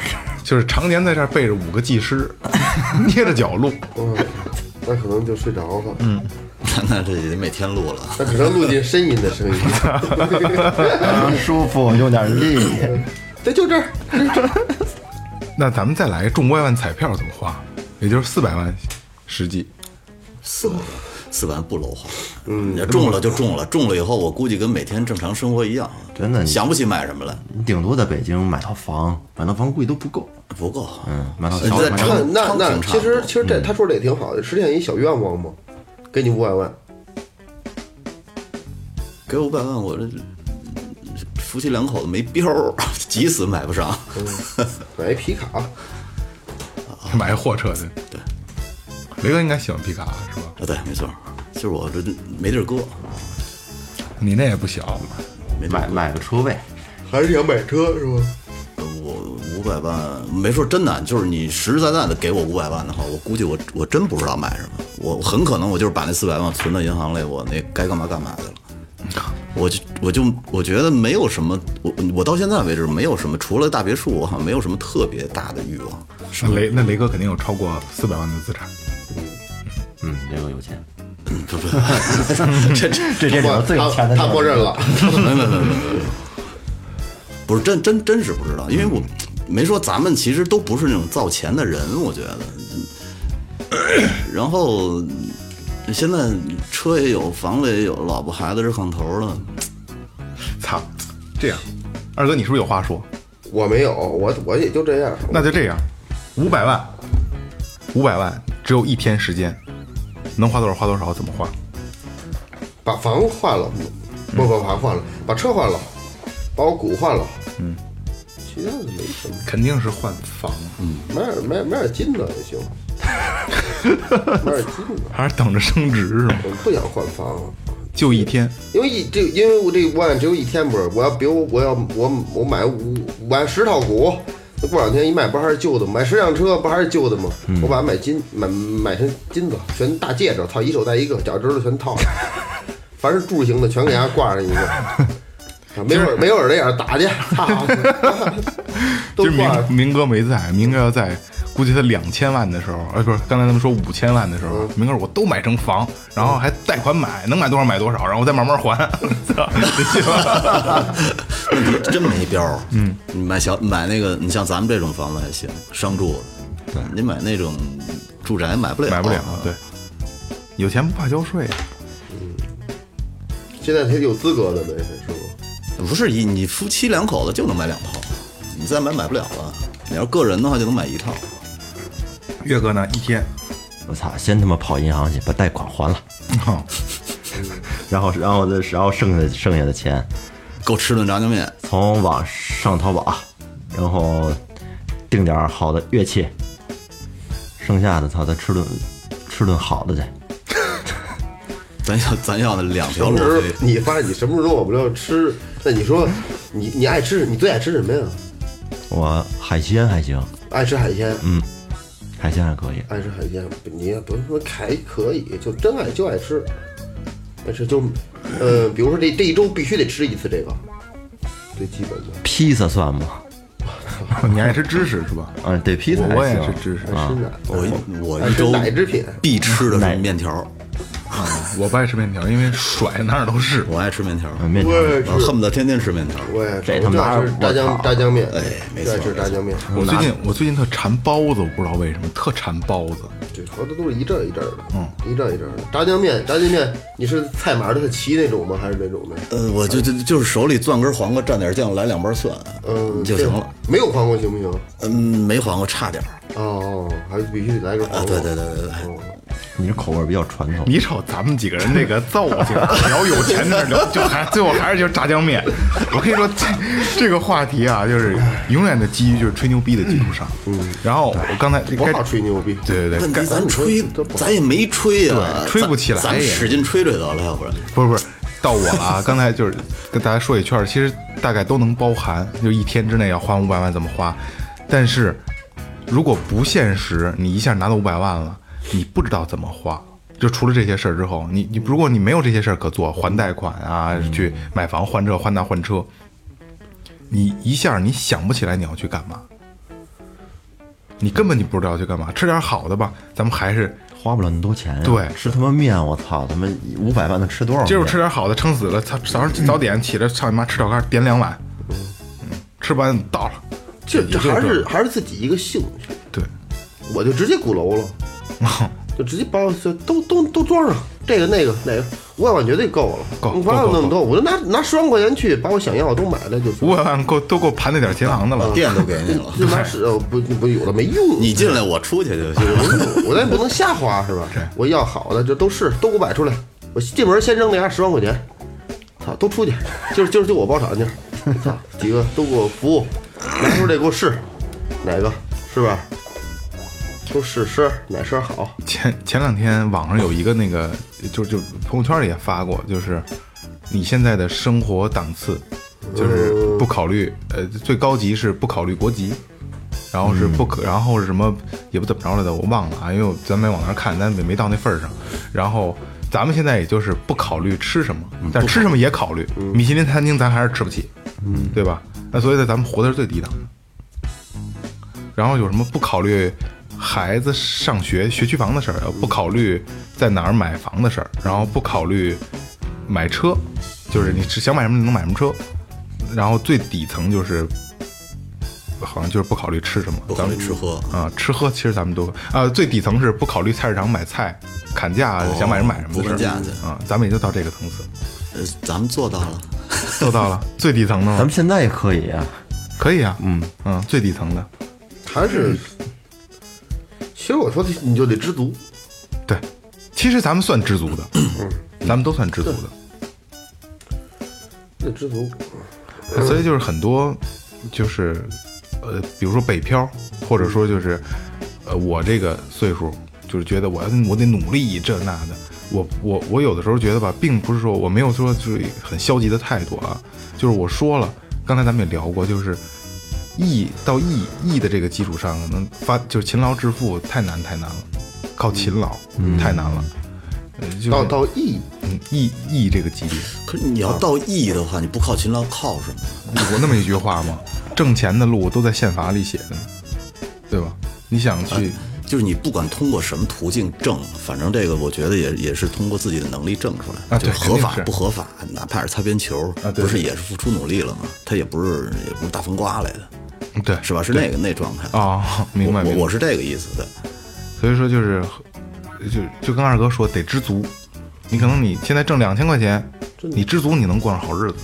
Speaker 3: 就是常年在这儿背着五个技师， (laughs) 捏着脚录。
Speaker 4: 嗯， (laughs) 那可能就睡着了。嗯，
Speaker 2: 那 (laughs) 那这也得每天录了。
Speaker 4: 那可能录进呻吟的 (laughs) 声音。
Speaker 1: 舒服，用点力。
Speaker 4: 对，就这儿。
Speaker 3: 那咱们再来中歪万彩票怎么花？也就是四百万实际，
Speaker 2: 四万，四万不搂好。嗯，中了就中了，中了以后我估计跟每天正常生活一样，啊
Speaker 1: 真的你
Speaker 2: 想不起买什么了，
Speaker 1: 你顶多在北京买套房，买套房估计都不够。
Speaker 2: 不够。
Speaker 1: 嗯，买套
Speaker 2: 呃
Speaker 1: 小
Speaker 2: 在
Speaker 1: 买
Speaker 2: 城
Speaker 1: 套
Speaker 4: 那那
Speaker 2: 超
Speaker 4: 那，
Speaker 2: 平常
Speaker 4: 其实其实
Speaker 1: 嗯
Speaker 4: 这他说这也挺好的，实现一小愿望嘛，给你五百万，
Speaker 2: 给我五百万，我这夫妻两口子没标儿，急死买不上。
Speaker 1: 嗯
Speaker 4: 买一皮卡，
Speaker 3: 买个货车去。
Speaker 2: 对，
Speaker 3: 雷哥应该喜欢皮卡是吧？
Speaker 2: 啊，对，没错，就是我这没地儿搁，
Speaker 3: 你那也不小，
Speaker 2: 没地儿
Speaker 1: 买
Speaker 2: 搁
Speaker 1: 买个车位，
Speaker 4: (laughs) 还是想买车是吧？
Speaker 2: 我五百万没说真的，就是你实实在在的给我五百万的话，我估计我我真不知道买什么，我很可能我就是把那四百万存到银行里，我那该干嘛干嘛去了。我就我就我觉得没有什么，我我到现在为止没有什么，除了大别墅，我好像没有什么特别大的欲望。
Speaker 3: 那雷那雷哥肯定有超过四百万的资产。
Speaker 1: 嗯，这个有钱，
Speaker 2: 嗯不不， (laughs) 这这
Speaker 1: 这这里边最有钱的
Speaker 4: 他他默认了，
Speaker 2: 没没没没没， (laughs) 不是真真真是不知道，因为我没说咱们其实都不是那种造钱的人，我觉得。然后现在车也有，房子也有，老婆孩子是炕头了，
Speaker 3: 操，这样，二哥你是不是有话说？
Speaker 4: 我没有，我我也就这样。
Speaker 3: 那就这样，五百万，五百万只有一天时间，能花多少花多少，怎么花？
Speaker 4: 把房换了，不不把换了，把车换了，把我股换了，嗯，其他的没什么，
Speaker 3: 肯定是换房，
Speaker 4: 买点买买点金的
Speaker 1: (laughs)
Speaker 4: 也行，买点金的，
Speaker 3: 还是等着升值是吗？
Speaker 4: 我不想换房了。
Speaker 3: 就一天，
Speaker 4: 因为一这，因为我这五万只有一天不是，我要比如我要我我买五买十套股，那过两天一卖不还是旧的吗？买十辆车不还是旧的吗？我把它买金买买成金子，全大戒指，操，一手戴一个，脚趾头全套上，凡是柱形的全给它挂上一个。啊没准没准这样打去，操都
Speaker 3: 就是
Speaker 4: 挂上
Speaker 3: 明。明哥没在，明哥要在，估计他两千万的时候，哎，不是，刚才他们说五千万的时候，明哥说我都买成房，然后还贷款买，能买多少买多少，然后再慢慢 (laughs) 还，操你信
Speaker 2: (laughs)
Speaker 3: 吗？
Speaker 2: 那真没标儿。嗯，你买小买那个，你像咱们这种房子还行，商住。对，你买那种住宅买不了，
Speaker 3: 买不了，对，有钱不怕交税，啊
Speaker 4: 现在他有资格的呗，是吧？
Speaker 2: 不是你你夫妻两口子就能买两套，你再买买不了了。你要是个人的话，就能买一套。
Speaker 3: 岳哥呢一天，
Speaker 1: 我操，先他妈跑银行去把贷款还了，
Speaker 3: 哦
Speaker 1: 然后然后然后剩下剩下的钱
Speaker 2: 够吃顿炸酱面，
Speaker 1: 从网上淘宝，然后订点儿好的乐器，剩下的操再吃顿吃顿好的去。
Speaker 2: 咱要 (laughs) 咱要的两条
Speaker 4: 平
Speaker 2: 路
Speaker 4: 时
Speaker 2: 飞。
Speaker 4: 你发现你什么时候我不要吃？那你说你你爱吃，你最爱吃什么呀？
Speaker 1: 我海鲜还行，
Speaker 4: 爱吃海鲜，嗯，
Speaker 1: 海鲜还可以。
Speaker 4: 爱吃海鲜，你也不是说还可以，就真爱就爱吃，爱吃就，呃，比如说这这一周必须得吃一次这个，最基本的。
Speaker 1: 披萨算吗？
Speaker 3: 你爱吃芝士是吧？
Speaker 1: 嗯，对，披萨
Speaker 3: (laughs) 我
Speaker 1: 还
Speaker 3: 我也啊
Speaker 1: 行
Speaker 3: 是芝士，
Speaker 4: 吃奶，
Speaker 2: 我一我
Speaker 4: 爱
Speaker 2: 一
Speaker 4: 吃
Speaker 2: 周
Speaker 4: 奶制品，
Speaker 2: 必吃的
Speaker 1: 奶
Speaker 2: 是面条，
Speaker 3: 我不爱吃面条，因为甩哪儿都是。
Speaker 2: 我爱吃面条，
Speaker 1: 嗯面条
Speaker 4: 我也
Speaker 2: 我
Speaker 4: 是，
Speaker 2: 恨不得天天吃面条。
Speaker 4: 我也
Speaker 1: 这
Speaker 4: 是，
Speaker 1: 他
Speaker 4: 我就
Speaker 1: 妈
Speaker 4: 爱吃炸
Speaker 1: 我
Speaker 4: 酱
Speaker 1: 操
Speaker 4: 炸酱面，
Speaker 2: 哎没
Speaker 4: 就爱
Speaker 2: 错
Speaker 4: 吃炸酱面，
Speaker 3: 我最近我最近特馋包子，我不知道为什么特馋包子。
Speaker 4: 这好多都是一阵儿一阵儿的，嗯，一阵儿一阵儿的。炸酱面，炸酱面，你是菜码的特齐那种吗？还是哪种的？
Speaker 2: 呃，我就就就是手里攥根黄瓜，蘸点酱，来两瓣蒜，
Speaker 4: 嗯，
Speaker 2: 就行了。
Speaker 4: 这。没有黄瓜行不行？
Speaker 2: 嗯，没黄瓜差点儿。
Speaker 4: 哦，还必须得来个黄瓜。
Speaker 2: 啊，
Speaker 4: 哦
Speaker 2: 对对对对对，
Speaker 1: 你这口味比较传统。
Speaker 3: (laughs) 你瞅咱们几个人那个造型，聊有钱的聊，就还最后还是就是炸酱面。 (laughs) 我跟你说，这这个话题啊，就是永远的基于就是吹牛逼的基础上。嗯，然后我刚才
Speaker 4: 不
Speaker 3: 该
Speaker 4: 好吹牛逼。
Speaker 3: 对对对，
Speaker 2: 问
Speaker 3: 该
Speaker 2: 题咱吹，咱也没吹啊，
Speaker 3: 对吹不起来
Speaker 2: 咱咱
Speaker 3: 也
Speaker 2: 使劲吹吹得了，要不然
Speaker 3: 不是不是到我了啊。刚才就是跟大家说一圈儿，其实大概都能包含，就一天之内要花五百万怎么花。但是如果不现实，你一下拿到五百万了，你不知道怎么花。就除了这些事儿之后，你你如果你没有这些事儿可做，还贷款啊，去买房换这换那换车，你一下你想不起来你要去干嘛，你根本你不知道要去干嘛。吃点好的吧，咱们还是
Speaker 1: 花不了那么多钱呀、
Speaker 3: 对
Speaker 1: 吃他妈面，我操，他妈五百万能吃多少面？
Speaker 3: 今儿我吃点好的，撑死了。操，早上早点起来，操你妈吃早饭，点两碗，嗯，吃完倒了。
Speaker 4: 这这
Speaker 3: 也
Speaker 4: 还
Speaker 3: 就是
Speaker 4: 还是自己一个兴趣，
Speaker 3: 对，
Speaker 4: 我就直接鼓楼了，
Speaker 3: 哦
Speaker 4: 就直接把我就都都都装上这个那个哪个五百万绝对够了，
Speaker 3: 够
Speaker 4: 五百万
Speaker 3: 够够
Speaker 4: 那么多，我就拿拿十万块钱去把我想要的都买了就行
Speaker 3: 五，百万够都够盘那点琴行的了。
Speaker 2: 电都给你
Speaker 4: (laughs)
Speaker 2: 了，
Speaker 4: 就拿十呃不不有的没用，
Speaker 2: 你进来我出去就
Speaker 4: 啊
Speaker 2: 行。
Speaker 4: 我咱也不能瞎花是吧？我要好的就都是都给我摆出来，我进门先扔那家十万块钱，操，都出去，就是就是就我包场去，操，几个都给我服务，拿出来给我试，哪个是吧？都试试哪身好，
Speaker 3: 前前两天网上有一个那个，就就朋友圈里也发过，就是你现在的生活档次，就是不考虑呃最高级是不考虑国籍，然后是不可，然后是什么也不怎么着来的，我忘了啊，因为我咱没往那儿看，咱也没到那份儿上。然后咱们现在也就是不考虑嗯吃什么，但吃什么也嗯考虑，米其林餐厅咱还是吃不起，对吧？那所以呢，咱们活的是最低档的。然后有什么不考虑孩子上学学区房的事儿，不考虑在哪儿买房的事儿，然后不考虑买车，就是你只想买什么你能买什么车，然后最底层就是好像就是不考虑吃什么，
Speaker 2: 不考虑吃喝，
Speaker 3: 咱们啊、吃喝其实咱们都啊最底层是不考虑菜市场买菜砍价，
Speaker 2: 哦
Speaker 3: 想买什么买什么
Speaker 2: 不
Speaker 3: 的
Speaker 2: 问
Speaker 3: 事儿
Speaker 2: 价钱
Speaker 3: 啊，咱们也就到这个层次，
Speaker 2: 呃咱们做到了。
Speaker 3: 做到了最底层的
Speaker 1: 咱
Speaker 3: 吗
Speaker 1: 们？现在也可以啊。
Speaker 3: 可以啊，嗯嗯，最底层的，
Speaker 4: 还是，其实我说的你就得知足，
Speaker 3: 对，其实咱们算知足的，咱们都算知足的。
Speaker 4: 得知足，
Speaker 3: 所以就是很多就是呃，比如说北漂，或者说就是呃，我这个岁数，就是觉得我要我得努力这那的。我我我有的时候觉得吧，并不是说我没有说就是很消极的态度啊，就是我说了，刚才咱们也聊过，就是义到义义的这个基础上，可能发就是勤劳致富太难太难了，靠勤劳、太难了。呃就是、
Speaker 4: 到到 E
Speaker 3: 嗯义义这个级别，
Speaker 2: 可是你要到义的话，你不靠勤劳靠什么？
Speaker 3: 有那么一句话吗？ (laughs) 挣钱的路都在宪法里写着呢，对吧？你想去，
Speaker 2: 就是你不管通过什么途径挣，反正这个我觉得也也是通过自己的能力挣出来
Speaker 3: 啊
Speaker 2: 就
Speaker 3: 对
Speaker 2: 合法
Speaker 3: 肯定是
Speaker 2: 不合法，哪怕是擦边球，
Speaker 3: 啊对
Speaker 2: 不是也是付出努力了吗？他也不是也不是大风刮来的，
Speaker 3: 呃对
Speaker 2: 是吧？是那个那状态。
Speaker 3: 哦，明白
Speaker 2: 我
Speaker 3: 明白
Speaker 2: 我。我是这个意思的。
Speaker 3: 所以说就是，就就跟二哥说，得知足。你可能你现在挣两千块钱，你知足，你能过上好日子。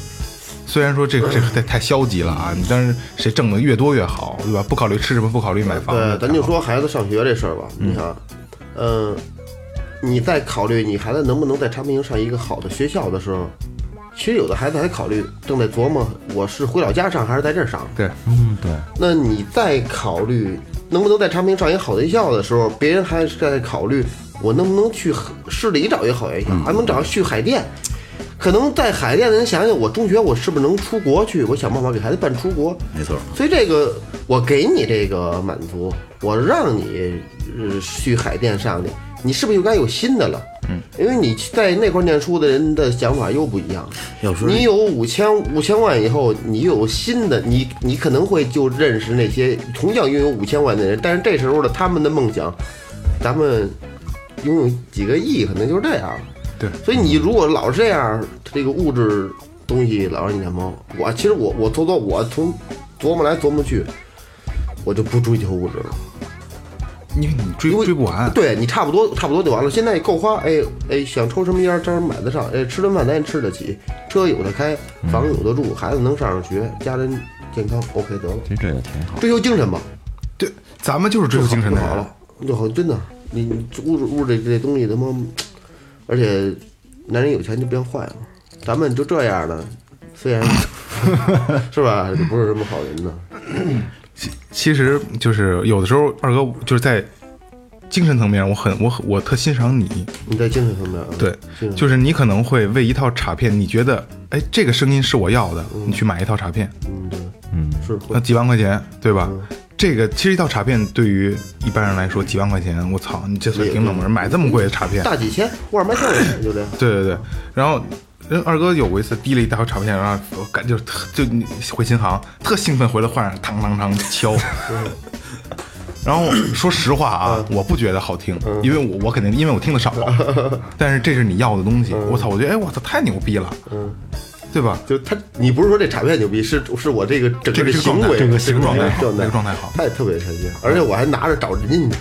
Speaker 3: 虽然说这个这个太太消极了啊，你但是谁挣的越多越好，对吧？不考虑吃什么，不考虑买房
Speaker 4: 对，
Speaker 3: 子，
Speaker 4: 咱就说孩子上学这事儿吧。你看，嗯、你在考虑你孩子能不能在昌平上一个好的学校的时候，其实有的孩子还考虑正在琢磨，我是回老家上还是在这儿上。
Speaker 3: 对，
Speaker 1: 嗯，对，
Speaker 4: 那你在考虑能不能在昌平上一个好学校的时候，别人还是在考虑我能不能去市里找一个好学校，还能找去海淀。可能在海淀的人想想，我中学我是不是能出国去？我想办法给孩子办出国。
Speaker 2: 没错
Speaker 4: 所以这个我给你这个满足，我让你呃去海淀上去，你是不是就该有新的了？嗯，因为你在那块儿念书的人的想法又不一样。
Speaker 2: 要说
Speaker 4: 你有五千五千万以后，你又有新的，你你可能会就认识那些同样拥有五千万的人，但是这时候的他们的梦想，咱们拥有几个亿，可能就是这样。
Speaker 3: 对，
Speaker 4: 所以你如果老是这样，这个物质东西老让你什么，我其实我我琢磨，我从琢磨来琢磨去，我就不追求物质了。
Speaker 3: 因为你追
Speaker 4: 因为
Speaker 3: 追不完。
Speaker 4: 对你差不多差不多就完了。现在够花，哎哎，想抽什么烟儿照样买得上，哎，吃顿饭咱也吃得起，车有的开，房有的住，孩子能上上学，家人健康，OK 得了，
Speaker 1: 其实这也挺好。
Speaker 4: 追求精神吧，
Speaker 3: 对，咱们就是追求精神
Speaker 4: 就
Speaker 3: 的
Speaker 4: 好
Speaker 3: 人
Speaker 4: 了。，就好，真的，你你物质物质这这东西他妈，而且男人有钱就变坏了，咱们就这样的，
Speaker 3: (laughs)
Speaker 4: 虽然是吧，也不是什么好人呢。
Speaker 3: 其实就是有的时候，二哥就是在精神层面，我很我很我特欣赏你，
Speaker 4: 你在精神方面啊，
Speaker 3: 对
Speaker 4: 精神，
Speaker 3: 就是你可能会为一套卡片，你觉得哎这个声音是我要的，你去买一套卡片，
Speaker 4: 嗯对，嗯
Speaker 1: 嗯，
Speaker 4: 是会
Speaker 3: 那几万块钱，对吧？这个其实一套卡片对于一般人来说，几万块钱，我操，你这算挺冷门，买这么贵的卡片，
Speaker 4: 大几千，沃尔玛上也就这样。
Speaker 3: 对对对。然后人二哥有过一次提了一大盒卡片，然后我感觉特就你回琴行特兴奋，回来换上，当当当敲。然后说实话啊，我不觉得好听，因为我我肯定因为我听的少，但是这是你要的东西，我操，我觉得哎我操太牛逼了，对吧？
Speaker 4: 就他，你不是说这产片牛逼，是是我这个整
Speaker 3: 这
Speaker 4: 个
Speaker 3: 个
Speaker 4: 行为，
Speaker 3: 这个
Speaker 4: 这
Speaker 3: 状态好
Speaker 4: 状
Speaker 3: 这
Speaker 4: 态
Speaker 3: 个状态好
Speaker 4: 太特别开心，而且我还拿着找人家呢。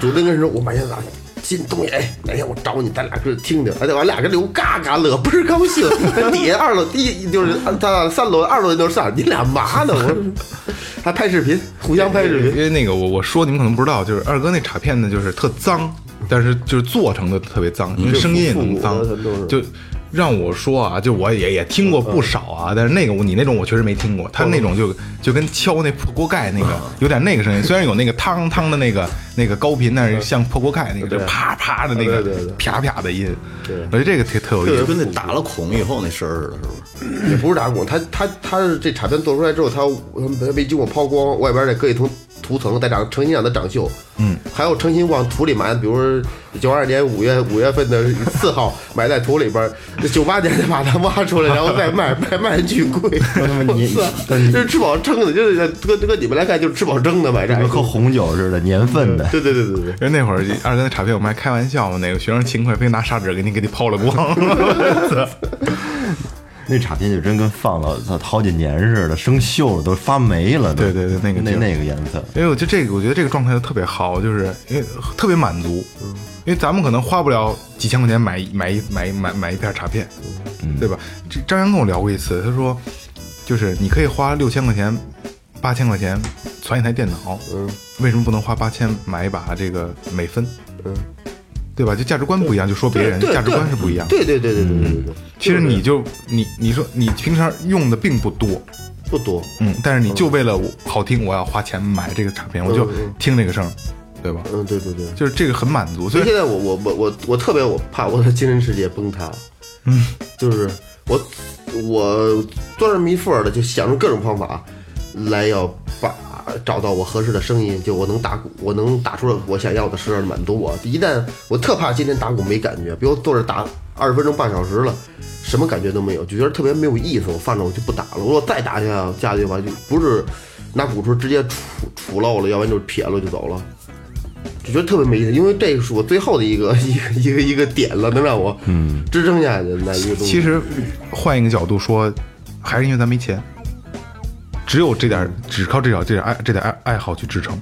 Speaker 4: 主动跟人说，我买一咱新东西，哎，哪天我找你，咱俩去听听，哎，我俩跟刘嘎嘎乐，倍儿高兴。底下二楼一就是他俩三楼二楼都上，你俩嘛呢？我还拍视频，互相拍视
Speaker 3: 因
Speaker 4: 频。
Speaker 3: 为那个我我说你们可能不知道，就是二哥那卡片呢，就是特脏，但是就是做成的特别脏，因为声音也能脏
Speaker 4: 复古的都嗯是，
Speaker 3: 就。让我说啊，就我也也听过不少啊，但是那个我你那种我确实没听过，他那种就就跟敲那破锅盖那个
Speaker 4: 嗯
Speaker 3: 有点那个声音，虽然有那个汤汤的那个那个高频，但是像破锅盖那个就啪啪的那个
Speaker 4: 对对对
Speaker 3: 啪啪的音，我觉得这个特特有意
Speaker 2: 就
Speaker 3: 思。
Speaker 2: 跟那打了孔以后那声儿似的，是不是？
Speaker 4: 也不是打孔，它它它是这产片做出来之后，它它没经过抛光，外边再搁一层涂层，再长诚心让它长锈。嗯，还有诚心往土里埋，比如说九二年五月五月份的四号 (laughs) 埋在土里边，九八年再把它挖出来，然后再卖，卖卖巨贵。
Speaker 1: 你
Speaker 4: (laughs) 我操
Speaker 1: 但你
Speaker 4: 这是吃饱撑的，就是搁搁你们来看就是吃饱撑的买这
Speaker 1: 这跟。
Speaker 4: 个
Speaker 1: 喝红酒似的，年份的。
Speaker 4: 对对对对对。
Speaker 3: 因为那会儿二哥那卡片我们还开玩笑嘛，哪个学生勤快非拿砂纸给你给你抛了光，
Speaker 1: 那产品就真跟放了操好几年似的，生锈了都发霉了都。
Speaker 3: 对对对那个
Speaker 1: 那
Speaker 3: 劲儿
Speaker 1: 那个颜色，
Speaker 3: 因为我觉得哎这个，我觉得这个状态特别好，就是因为特别满足。
Speaker 4: 嗯
Speaker 3: 因为咱们可能花不了几千块钱买一买一买一买买一片卡片，
Speaker 4: 嗯
Speaker 3: 对吧？这张扬跟我聊过一次，他说，就是你可以花六千块钱、八千块钱攒一台电脑，为什么不能花八千买一把这个美分？对吧？就价值观不一样，就说别人
Speaker 4: 嗯对对
Speaker 3: 价值观是不一样的。嗯
Speaker 4: 对对对对对对对对。
Speaker 3: 其实你就你你说你平常用的并不多，
Speaker 4: 不多，
Speaker 3: 嗯，但是你就为了我好听，我要花钱买这个唱片，我就听这个声儿，对吧？
Speaker 4: 嗯，对对对。
Speaker 3: 就是这个很满足，所
Speaker 4: 所以
Speaker 3: 以
Speaker 4: 现在我我我我我特别我怕我的精神世界崩塌，嗯，就是我我多少米伏尔的就想出各种方法来要把找到我合适的声音，就我能打鼓，我能打出我想要的声儿满足我。一旦我特怕今天打鼓没感觉，比如坐着打二十分钟半小时了。什么感觉都没有，就觉得特别没有意思。我放着我就不打了，我说我再打下下去吧，就不是拿鼓槌直接杵杵漏了，要不然就撇了就走了。就觉得特别没意思，因为这个是我最后的一个一个一个一个点了，能让我嗯支撑下去的那一个东西。
Speaker 3: 其实换一个角度说，还是因为咱没钱，只有这点儿，只靠这点儿这点儿爱这点儿爱爱好去支撑。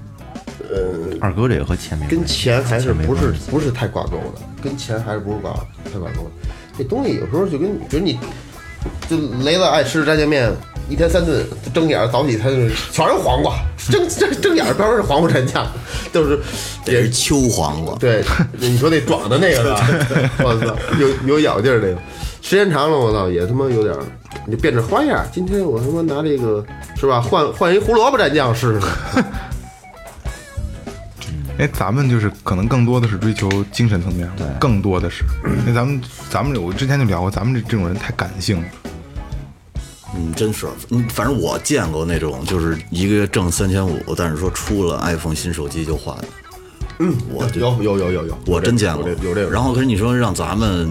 Speaker 1: 二哥这个和钱没关系
Speaker 4: 跟钱还是
Speaker 1: 没
Speaker 4: 不
Speaker 1: 关系
Speaker 4: 是不是太挂钩的，跟钱还是不是挂太挂钩的。这东西有时候就跟比如你，就雷子爱吃炸酱面，一天三顿睁眼儿早起他就是全是黄瓜，睁睁睁眼儿边儿是黄瓜蘸酱，就是
Speaker 2: (laughs) 得是哎秋黄瓜，
Speaker 4: 对，你说那壮的那个
Speaker 2: (laughs)
Speaker 4: 是吧？我操，有有咬劲儿那个，时间长了我操也他妈有点儿，你就变着花样儿。今天我他妈拿这个是吧，换换一胡萝卜蘸酱试试。
Speaker 3: 哎，咱们就是可能更多的是追求精神层面，更多的是，因为咱们咱们我之前就聊过，咱们这这种人太感性了，
Speaker 2: 嗯，真是，嗯，反正我见过那种，就是一个月挣三千五，但是说出了 iPhone 新手机就换了。嗯，我就
Speaker 4: 有有有有有，
Speaker 2: 我真见过
Speaker 4: 有这有这个。
Speaker 2: 然后可是你说让咱们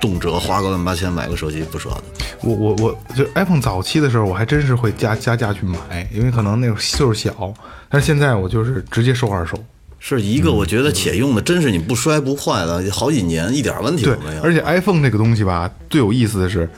Speaker 2: 动辄花个万八千买个手机不舍得，
Speaker 3: 我我我就 iPhone 早期的时候，我还真是会加加价去买，因为可能那种岁数小，但是现在我就是直接收二手。
Speaker 2: 是一个我觉得且用的，真是你不摔不坏的，好几年一点问题
Speaker 3: 对
Speaker 2: 都没，有。
Speaker 3: 而且 iPhone 这个东西吧，最有意思的是，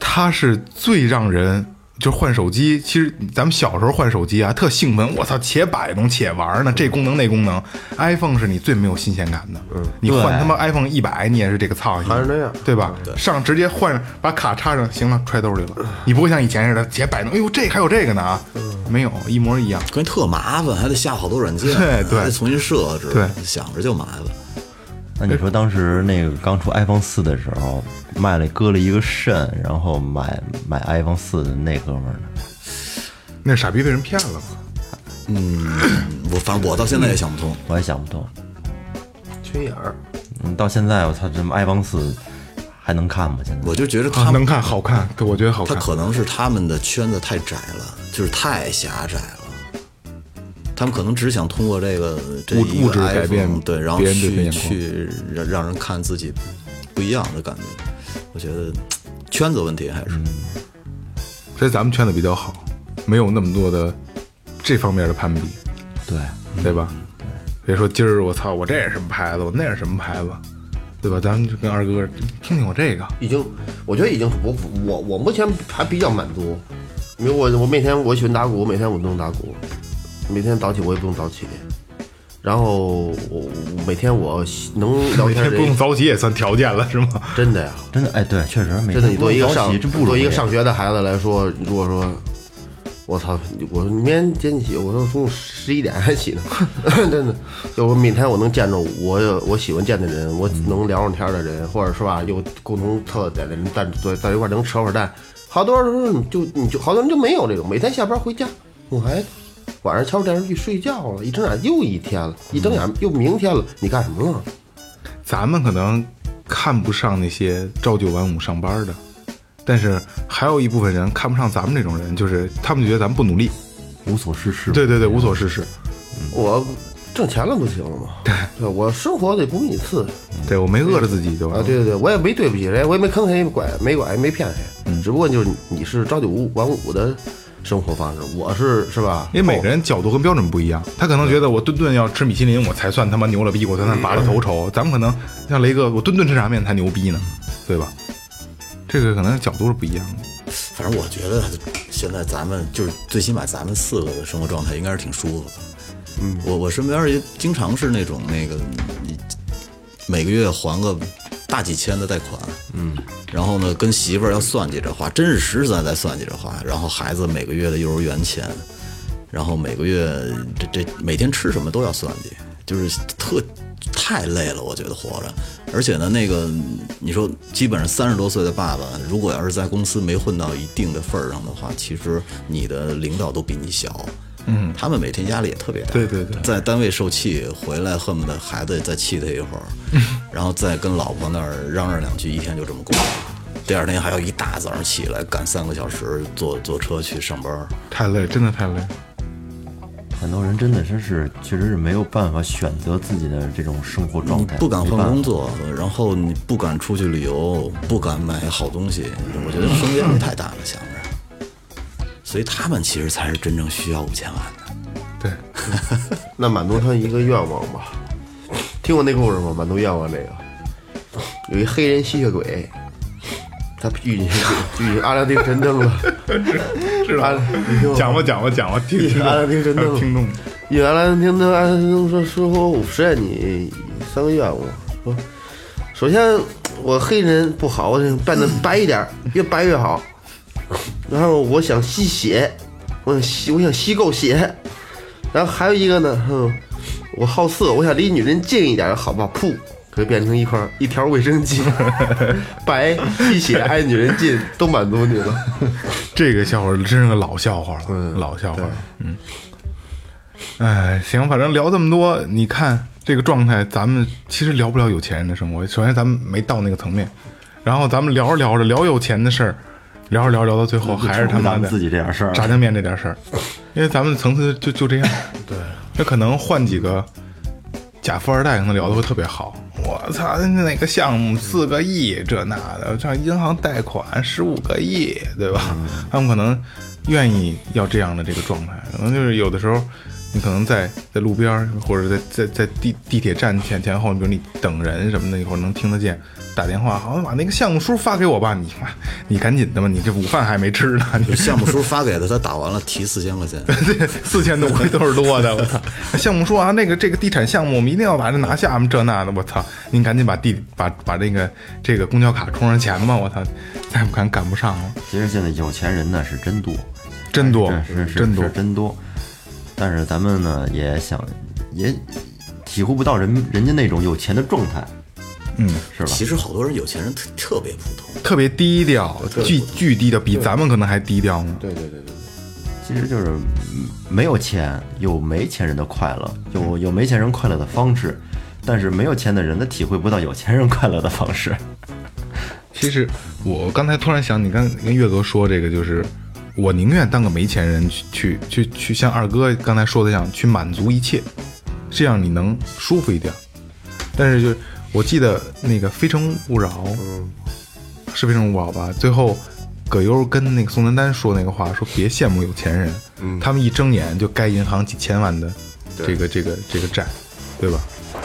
Speaker 3: 它是最让人就换手机。其实咱们小时候换手机啊，特兴奋，我操，且摆弄且玩呢，这功能那功能。iPhone 是你最没有新鲜感的，你换他妈 iPhone 一百，你也嗯是这个操性，
Speaker 4: 还是那样
Speaker 3: 对吧？上直接换，把卡插上，行了，揣兜里了。你不会像以前似的且摆弄，哎呦，这还有这个呢啊，没有，一模一样。
Speaker 2: 关键特麻烦，还得下好多软件，
Speaker 3: (laughs)
Speaker 2: 啊
Speaker 3: 对对
Speaker 2: 还得重新设置，
Speaker 3: 对
Speaker 2: 想着就麻烦。
Speaker 1: 那你说当时那个刚出 iPhone 四的时候，卖了割了一个肾，然后买买 iPhone 四的那哥们儿呢？
Speaker 3: 那傻逼被人骗了嘛？
Speaker 2: 嗯我反正我到现在也想不通，
Speaker 1: 我也想不通。
Speaker 4: 缺眼儿，
Speaker 1: 嗯，到现在我操，这 iPhone 四还能看吗？现在
Speaker 2: 我就觉得
Speaker 3: 啊
Speaker 2: 他们
Speaker 3: 能看好看，对我觉得好
Speaker 2: 他
Speaker 3: 看。
Speaker 2: 可能是他们的圈子太窄了，就是太狭窄了。他们可能只想通过这个这
Speaker 3: 物
Speaker 2: 一个
Speaker 3: 物质改
Speaker 2: iPhone，
Speaker 3: 变
Speaker 2: 对，然后
Speaker 3: 别人对他的
Speaker 2: 去
Speaker 3: 眼光
Speaker 2: 去让让人看自己不一样的感觉。我觉得圈子问题还是、
Speaker 3: 所以咱们圈子比较好，没有那么多的这方面的攀比，
Speaker 1: 对，嗯
Speaker 3: 对吧？嗯别说今儿我操，我这是什么牌子，我那是什么牌子，对吧？咱们就跟二哥听听我这个，
Speaker 4: 已经，我觉得已经我我我目前还比较满足。因为我我每天我喜欢打鼓，我每天我都能打鼓，每天早起我也不用早起。然后我我每天我能聊
Speaker 3: 每
Speaker 4: 天
Speaker 3: 天
Speaker 4: 的
Speaker 3: 不用
Speaker 4: 人，
Speaker 3: 早起也算条件了，是吗？
Speaker 4: 真的呀，
Speaker 1: 真的哎，对，确实每
Speaker 4: 真的，你
Speaker 1: 天
Speaker 4: 作为一个上
Speaker 1: 早起真不
Speaker 4: 作
Speaker 1: 容
Speaker 4: 为一
Speaker 1: 易
Speaker 4: 个。上学的孩子来说，如果说，我操，我说明天几点起？我说中午十一点还起呢， (laughs) 真的。就我每天我能见着我有我喜欢见的人，我能聊上天的人，或者是吧有共同特点的人，在在在一块儿能扯会儿蛋。好多时候你就你就好多人就没有这个，每天下班回家，我还晚上敲着电视剧睡觉了，一睁眼又一天了，一睁眼又明天了，你干什么了？
Speaker 3: 咱们可能看不上那些朝九晚五上班的，但是还有一部分人看不上咱们这种人，就是他们觉得咱们不努力，
Speaker 1: 无所事事。嗯
Speaker 3: 对对对，无所事事。
Speaker 4: 我挣钱了不行了吗？对，我生活得不匐次。
Speaker 3: 对我没饿着自己，
Speaker 1: 嗯
Speaker 3: 对吧？
Speaker 4: 啊，对对对，我也没对不起谁，我也没坑谁，拐没拐，没骗谁，
Speaker 3: 嗯
Speaker 4: 只不过就是你是朝九晚五的生活方式，我是是吧？
Speaker 3: 因为每个人角度和标准不一样，他可能觉得我顿顿要吃米其林，我才算他妈牛了逼，我才算拔了头筹。咱们可能像雷哥，我顿顿吃啥面才牛逼呢，对吧？这个可能角度是不一样的。
Speaker 2: 反正我觉得现在咱们就是最起码咱们四个的生活状态应该是挺舒服的。嗯，我我身边儿也经常是那种那个你每个月还个大几千的贷款，嗯，然后呢跟媳妇儿要算计着花，真是实实在在算计着花，然后孩子每个月的幼儿园钱，然后每个月这这每天吃什么都要算计，就是特。太累了，我觉得活着。而且呢，那个你说，基本上三十多岁的爸爸，如果要是在公司没混到一定的份儿上的话，其实你的领导都比你小。嗯，他们每天压力也特别大。
Speaker 3: 对对对
Speaker 2: 在单位受气，回来恨不得孩子也再气他一
Speaker 3: (laughs)
Speaker 2: 会儿，然后再跟老婆那儿嚷嚷两句，一天就这么过了。第二天还要一大早上起来赶三个小时坐坐车去上班儿。
Speaker 3: 太累，真的太累。
Speaker 1: 很多人真的真是，确实是没有办法选择自己的这种生活状
Speaker 4: 嗯
Speaker 1: 态，
Speaker 2: 不敢
Speaker 1: 没
Speaker 2: 换
Speaker 1: 办法
Speaker 2: 工作，然后你不敢出去旅游，不敢买好东西，我觉得生活压力太大了，想着。所以他们其实才是真正需要五千万的。
Speaker 3: 对，
Speaker 4: 哦那满足他一个愿望吧。听过那故事吗？满足愿望这个，有一黑人吸血鬼，他遇见 (laughs) 遇见阿拉丁神灯了，
Speaker 3: (laughs) 是吧
Speaker 4: 阿拉你听过吗
Speaker 3: 讲吧讲吧讲吧，听
Speaker 4: 一
Speaker 3: 听
Speaker 4: 阿拉丁神灯
Speaker 3: 众听众，
Speaker 4: 遇见阿拉丁灯，阿拉丁灯说说我实现你三个愿望，说首先我黑人不好，我想扮的白一点，越白越好。然后我想吸血，我想吸，我想吸够血。然后还有一个呢，哼，我好色，我想离女人近一点，好吧？噗，可就变成一块一条卫生巾， (laughs) 白吸血爱女人近都满足你了。
Speaker 3: (laughs) 这个笑话真是个老笑话了，老笑话了，嗯。哎，行，反正聊这么多，你看这个状态，咱们其实聊不了有钱人的生活。首先，咱们没到那个层面，然后咱们聊着聊着聊有钱的事儿，聊着聊着聊到最后还是他妈
Speaker 1: 咱
Speaker 3: 的
Speaker 1: 们自己这点事儿
Speaker 3: 炸酱面这点事儿，因为咱们层次就就这样。对，那可能换几个假富二代，可能聊的会特别好。我操，哪个项目四个亿这那的，像银行贷款十五个亿，对吧？他们可能愿意要这样的这个状态，可能就是有的时候。你可能在在路边儿，或者在在在地地铁站前前后，比如你等人什么的，一会儿能听得见。打电话，好，把那个项目书发给我吧，你妈，你赶紧的吧，你这午饭还没吃呢，你
Speaker 2: 就项目书发给他，他打完了提四千块
Speaker 1: (laughs)
Speaker 2: 钱。
Speaker 3: 对， (laughs) 四千多都是多的，我操！项目说啊，那个这个地产项目，我们一定要把这拿下，这那的，我操！您赶紧把地把把这个这个公交卡充上钱吧，我操！再不赶赶不上了，
Speaker 1: 其实现在有钱人呢是真多，
Speaker 3: 真多
Speaker 1: 是是，
Speaker 3: 真多
Speaker 1: 是，真多。但是咱们呢也想也体会不到人人家那种有钱的状态，
Speaker 3: 嗯，
Speaker 1: 是吧？
Speaker 2: 其实好多人有钱人特特别普通，
Speaker 3: 特别低调，巨巨低调，比咱们可能还低调呢。
Speaker 4: 对对对对，
Speaker 1: 其实就是嗯没有钱有没钱人的快乐，有有没钱人快乐的方式，但是没有钱的人他体会不到有钱人快乐的方式。
Speaker 3: 其实我刚才突然想，你刚跟岳哥说这个，就是我宁愿当个没钱人去去去去，像二哥刚才说的一样，去满足一切，这样你能舒服一点。但是就我记得那个《非诚勿扰》，是《非诚勿扰》吧？最后葛优跟那个宋丹丹说那个话，说别羡慕有钱人，他们一睁眼就该银行几千万的这个这个这个债，对吧？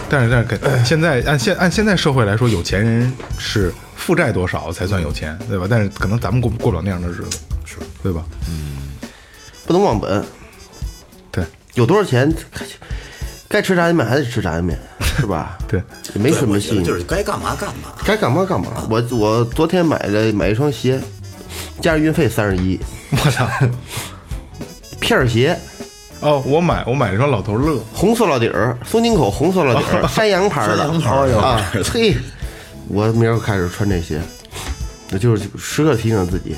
Speaker 3: 但是但是给 (clears throat) 现在按现按现在社会来说，有钱人是负债多少才算有钱，对吧？但是可能咱们过过不了那样的日子，是对吧？
Speaker 4: (laughs) 不能忘本。
Speaker 3: 对 (laughs)
Speaker 4: 有多少钱，该吃炸酱面还得吃炸酱面，是吧？
Speaker 3: (laughs) 对，
Speaker 4: 也没什么
Speaker 2: 对
Speaker 4: 戏
Speaker 2: 我觉得，就是该干嘛干嘛。
Speaker 4: 该干嘛干嘛。我我昨天买了买一双鞋，加上运费三十一，
Speaker 3: 我操！
Speaker 4: 片儿鞋，
Speaker 3: 哦，我买我买了一双老头乐，
Speaker 4: 红塑料底儿，松紧口红塑料底
Speaker 2: (laughs)
Speaker 4: 儿，山羊牌的，
Speaker 2: 山羊牌儿
Speaker 4: 啊，嘿，我明儿开始穿这鞋，我就是时刻提醒自己，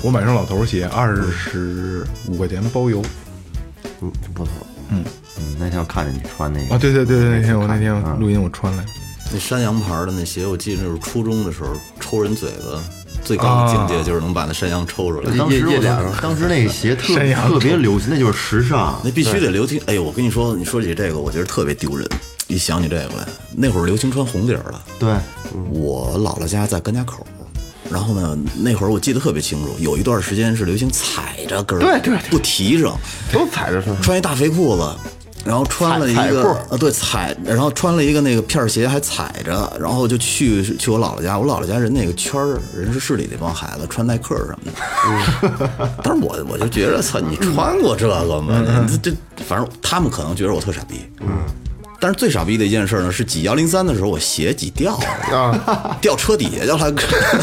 Speaker 3: 我买一双老头鞋，二十五块钱包邮
Speaker 4: 嗯，不错。
Speaker 1: 嗯，那天我看着你穿那个
Speaker 3: 啊！对对对对，那天我那
Speaker 1: 看
Speaker 3: 天我
Speaker 1: 嗯
Speaker 3: 录音我穿来了，
Speaker 2: 那山羊牌的那鞋，我记得就是初中的时候抽人嘴巴，最高的境
Speaker 1: 啊
Speaker 2: 界就是能把那山羊抽出来。
Speaker 1: 当时
Speaker 4: 夜
Speaker 1: 我
Speaker 4: 夜凉
Speaker 1: 当时那个鞋特
Speaker 3: 山羊
Speaker 1: 特别流行，那就是时尚。
Speaker 2: 那必须得流行。哎呦，我跟你说，你说起这个，我觉得特别丢人。一想起这个来，那会儿流行穿红底儿了。
Speaker 1: 对，
Speaker 2: 我姥姥家在甘家口，然后呢，那会儿我记得特别清楚，有一段时间是流行踩着跟儿，
Speaker 4: 对对对
Speaker 2: 不提上，
Speaker 4: 都踩着穿，
Speaker 2: 穿一大肥裤子。然后穿了一
Speaker 4: 踩踩
Speaker 2: 个
Speaker 4: 裤
Speaker 2: 啊，对，踩，然后穿了一个那个片儿鞋，还踩着，然后就去去我姥姥家。我姥姥家人那个圈儿，人是市里那帮孩子穿耐克什么的。但是我我就觉得，操，你穿过这个吗？你这这，反正他们可能觉得我特傻逼。嗯。但是最傻逼的一件事呢，是挤幺零三的时候，我鞋挤掉了，掉车底下，叫他，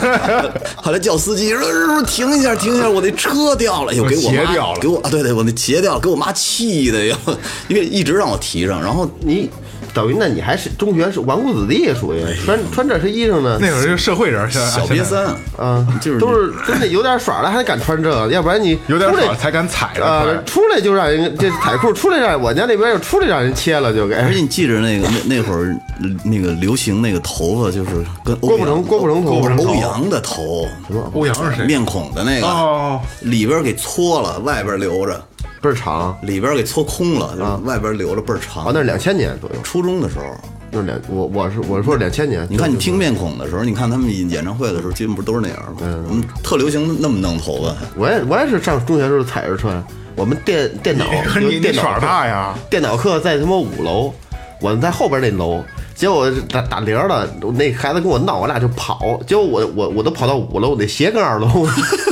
Speaker 2: (laughs) 后来叫司机说说停一下，停一下，我那车掉了，哎呦，给我
Speaker 3: 鞋
Speaker 2: 妈
Speaker 3: 掉了
Speaker 2: 给我啊，对对，我那鞋掉了，给我妈气的呀，因为一直让我提上，然后
Speaker 4: 你等于那你还是中学是纨绔子弟，属
Speaker 2: 哎
Speaker 4: 于穿穿这身衣裳呢，
Speaker 3: 那会儿就社会人，呃现在
Speaker 2: 小瘪，
Speaker 3: 现在
Speaker 2: 三，
Speaker 4: 啊，
Speaker 2: 就是
Speaker 4: 都是真的有点耍了，还敢穿这个，要不然你
Speaker 3: 有点
Speaker 4: 出来
Speaker 3: 少才敢踩着
Speaker 4: 啊，
Speaker 3: 快。
Speaker 4: 出来就让人这彩裤出来让我家那边就出来让人切了，就给
Speaker 2: 而且你记着那个那那会儿那个流行那个头发就是跟
Speaker 4: (laughs)
Speaker 2: 欧
Speaker 4: 郭不
Speaker 2: 阳
Speaker 4: 成郭不成头，
Speaker 2: 欧阳的头，啊
Speaker 3: 欧阳是谁？
Speaker 2: 面孔的那个，
Speaker 3: 哦，
Speaker 2: 里边给搓了，外边留着，
Speaker 4: 倍儿长啊，
Speaker 2: 里边给搓空了，
Speaker 3: 啊
Speaker 2: 就是外边留着倍儿
Speaker 3: 哦
Speaker 2: 长。
Speaker 4: 那是两千年左右，
Speaker 2: 初中的时候，
Speaker 4: 就是两我我是我是说两千年，
Speaker 2: 你看你听面孔的时候，你看他们演唱会的时候，基本不都是那样吗？
Speaker 3: 嗯
Speaker 2: 我们特流行那么弄头发，
Speaker 4: 我也我也是上中学的时候踩着穿，我们电电脑
Speaker 3: 可是
Speaker 4: 有
Speaker 3: 你你
Speaker 4: 电脑
Speaker 3: 耍
Speaker 4: 课
Speaker 3: 大呀！
Speaker 4: 电脑课在他妈五楼，我在后边那楼，结果打打铃儿了，那孩子跟我闹，我俩就跑，结果我我我都跑到五楼，我那鞋跟二楼， (laughs)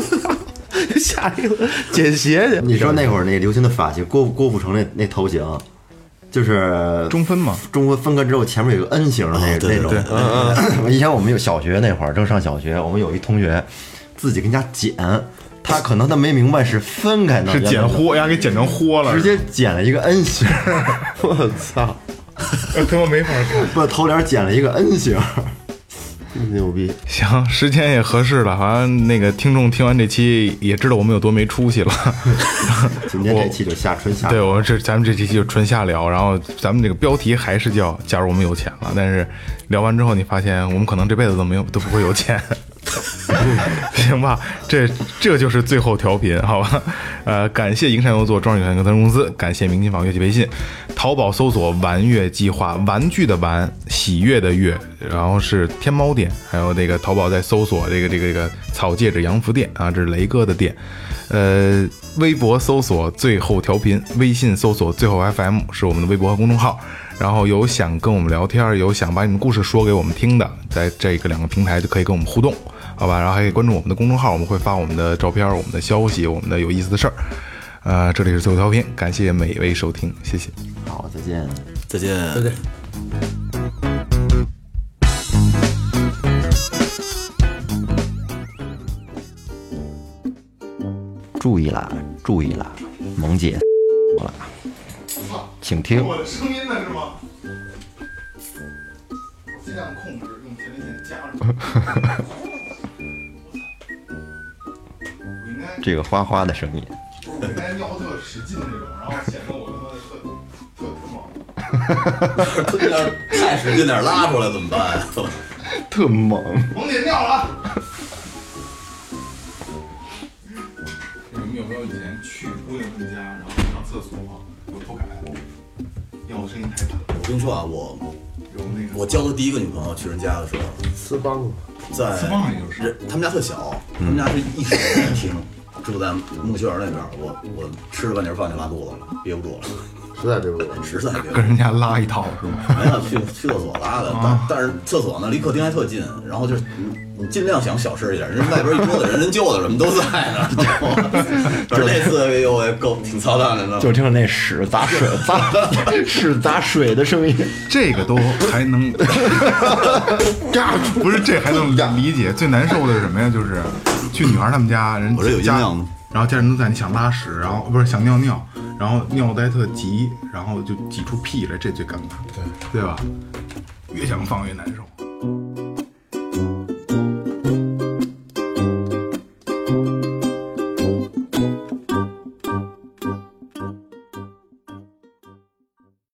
Speaker 4: 下一个捡鞋去。
Speaker 1: 你知道那会儿那流行的发型，郭郭富城那那头型，就是
Speaker 3: 中分嘛，
Speaker 1: 中国分割之后前面有个 N 型的那、
Speaker 2: 哦对
Speaker 1: 那种。嗯 (laughs) 嗯。以前我们有小学那会儿，正上小学，我们有一同学自己跟家剪，他可能他没明白是分开呢，
Speaker 3: 是剪豁，呀，给剪成豁了，
Speaker 1: 直接剪了一个 N 型， (laughs)
Speaker 4: 我操，
Speaker 3: 呃他妈没法看。
Speaker 1: 把头帘剪了一个 N
Speaker 4: (laughs)
Speaker 1: 型。
Speaker 4: 牛逼！
Speaker 3: (laughs) 行，时间也合适了，好像那个听众听完这期也知道我们有多没出 (laughs) 息了。
Speaker 1: 今天这期就下春夏
Speaker 3: 对，我们这咱们这期就纯瞎聊，然后咱们这个标题还是叫“假如我们有钱了”，但是聊完之后，你发现我们可能这辈子都没有都不会有钱， (laughs) 行吧？这这就是最后调频，好吧？呃，感谢营山游作装饰有限责任公司，感谢明金坊乐器培训，淘宝搜索“玩乐计划”，玩具的玩，喜悦的悦，然后是天猫店，还有那个淘宝在搜索这个这个这个草戒指洋服店啊，这是雷哥的店。呃，微博搜索最后调频，微信搜索最后 FM 是我们的微博和公众号。然后有想跟我们聊天，有想把你们故事说给我们听的，在这个两个平台就可以跟我们互动，好吧？然后还可以关注我们的公众号，我们会发我们的照片、我们的消息、我们的有意思的事儿。呃，这里是最后调频，感谢每一位收听，谢谢。
Speaker 1: 好，再见。
Speaker 2: 再见。 (laughs)
Speaker 1: 注意啦，注意啦，萌姐，我了，请听。
Speaker 3: 的声音呢是吗？我尽量控制，用前列腺夹住。我应该
Speaker 1: 这个哗哗的声音，
Speaker 3: 我应该尿特使劲那种，然后显得我他妈特特特猛。
Speaker 2: 太使劲点拉出来怎么办 (laughs) 呀？
Speaker 1: 特猛。
Speaker 3: 萌姐尿了。你们有没有以前去姑娘们家，然后上厕所有不敢，尿的声音太大，
Speaker 2: 我跟你说啊，我
Speaker 3: 有那个
Speaker 2: 我交的第一个女朋友去人家的时候，
Speaker 4: 斯邦
Speaker 2: 在
Speaker 3: 私房里就是
Speaker 2: 人他们家特小，他们家是一室一厅，住在木樨园那边儿。我我吃了半截饭就拉肚子了，憋不住了，
Speaker 4: 实在对不住，
Speaker 2: 实在憋不
Speaker 3: 跟
Speaker 2: 住。
Speaker 3: 人啊家拉一套是吗？
Speaker 2: 没有去去厕所拉的，但但是厕所呢离客厅还特近，然后就是你你尽量想小事一点，人外边一桌子人，人舅子什么都在那儿，你知道吗？
Speaker 3: (laughs)
Speaker 2: 反正那次哎呦喂，够挺操蛋的，你知道
Speaker 1: 就
Speaker 2: 吗？
Speaker 1: 听那屎砸水砸屎砸水的声音。
Speaker 3: 这个都还 (laughs) 能，嘎不是这还能理解，最难受的是什么呀？就是去女孩他们家，人
Speaker 2: 我这有音
Speaker 3: 家
Speaker 2: 量吗
Speaker 3: 然后家人都在，你想拉屎，然后不是想尿尿，然后尿得特急，然后就挤出屁来，这最尴尬，对对吧？越想放越难受。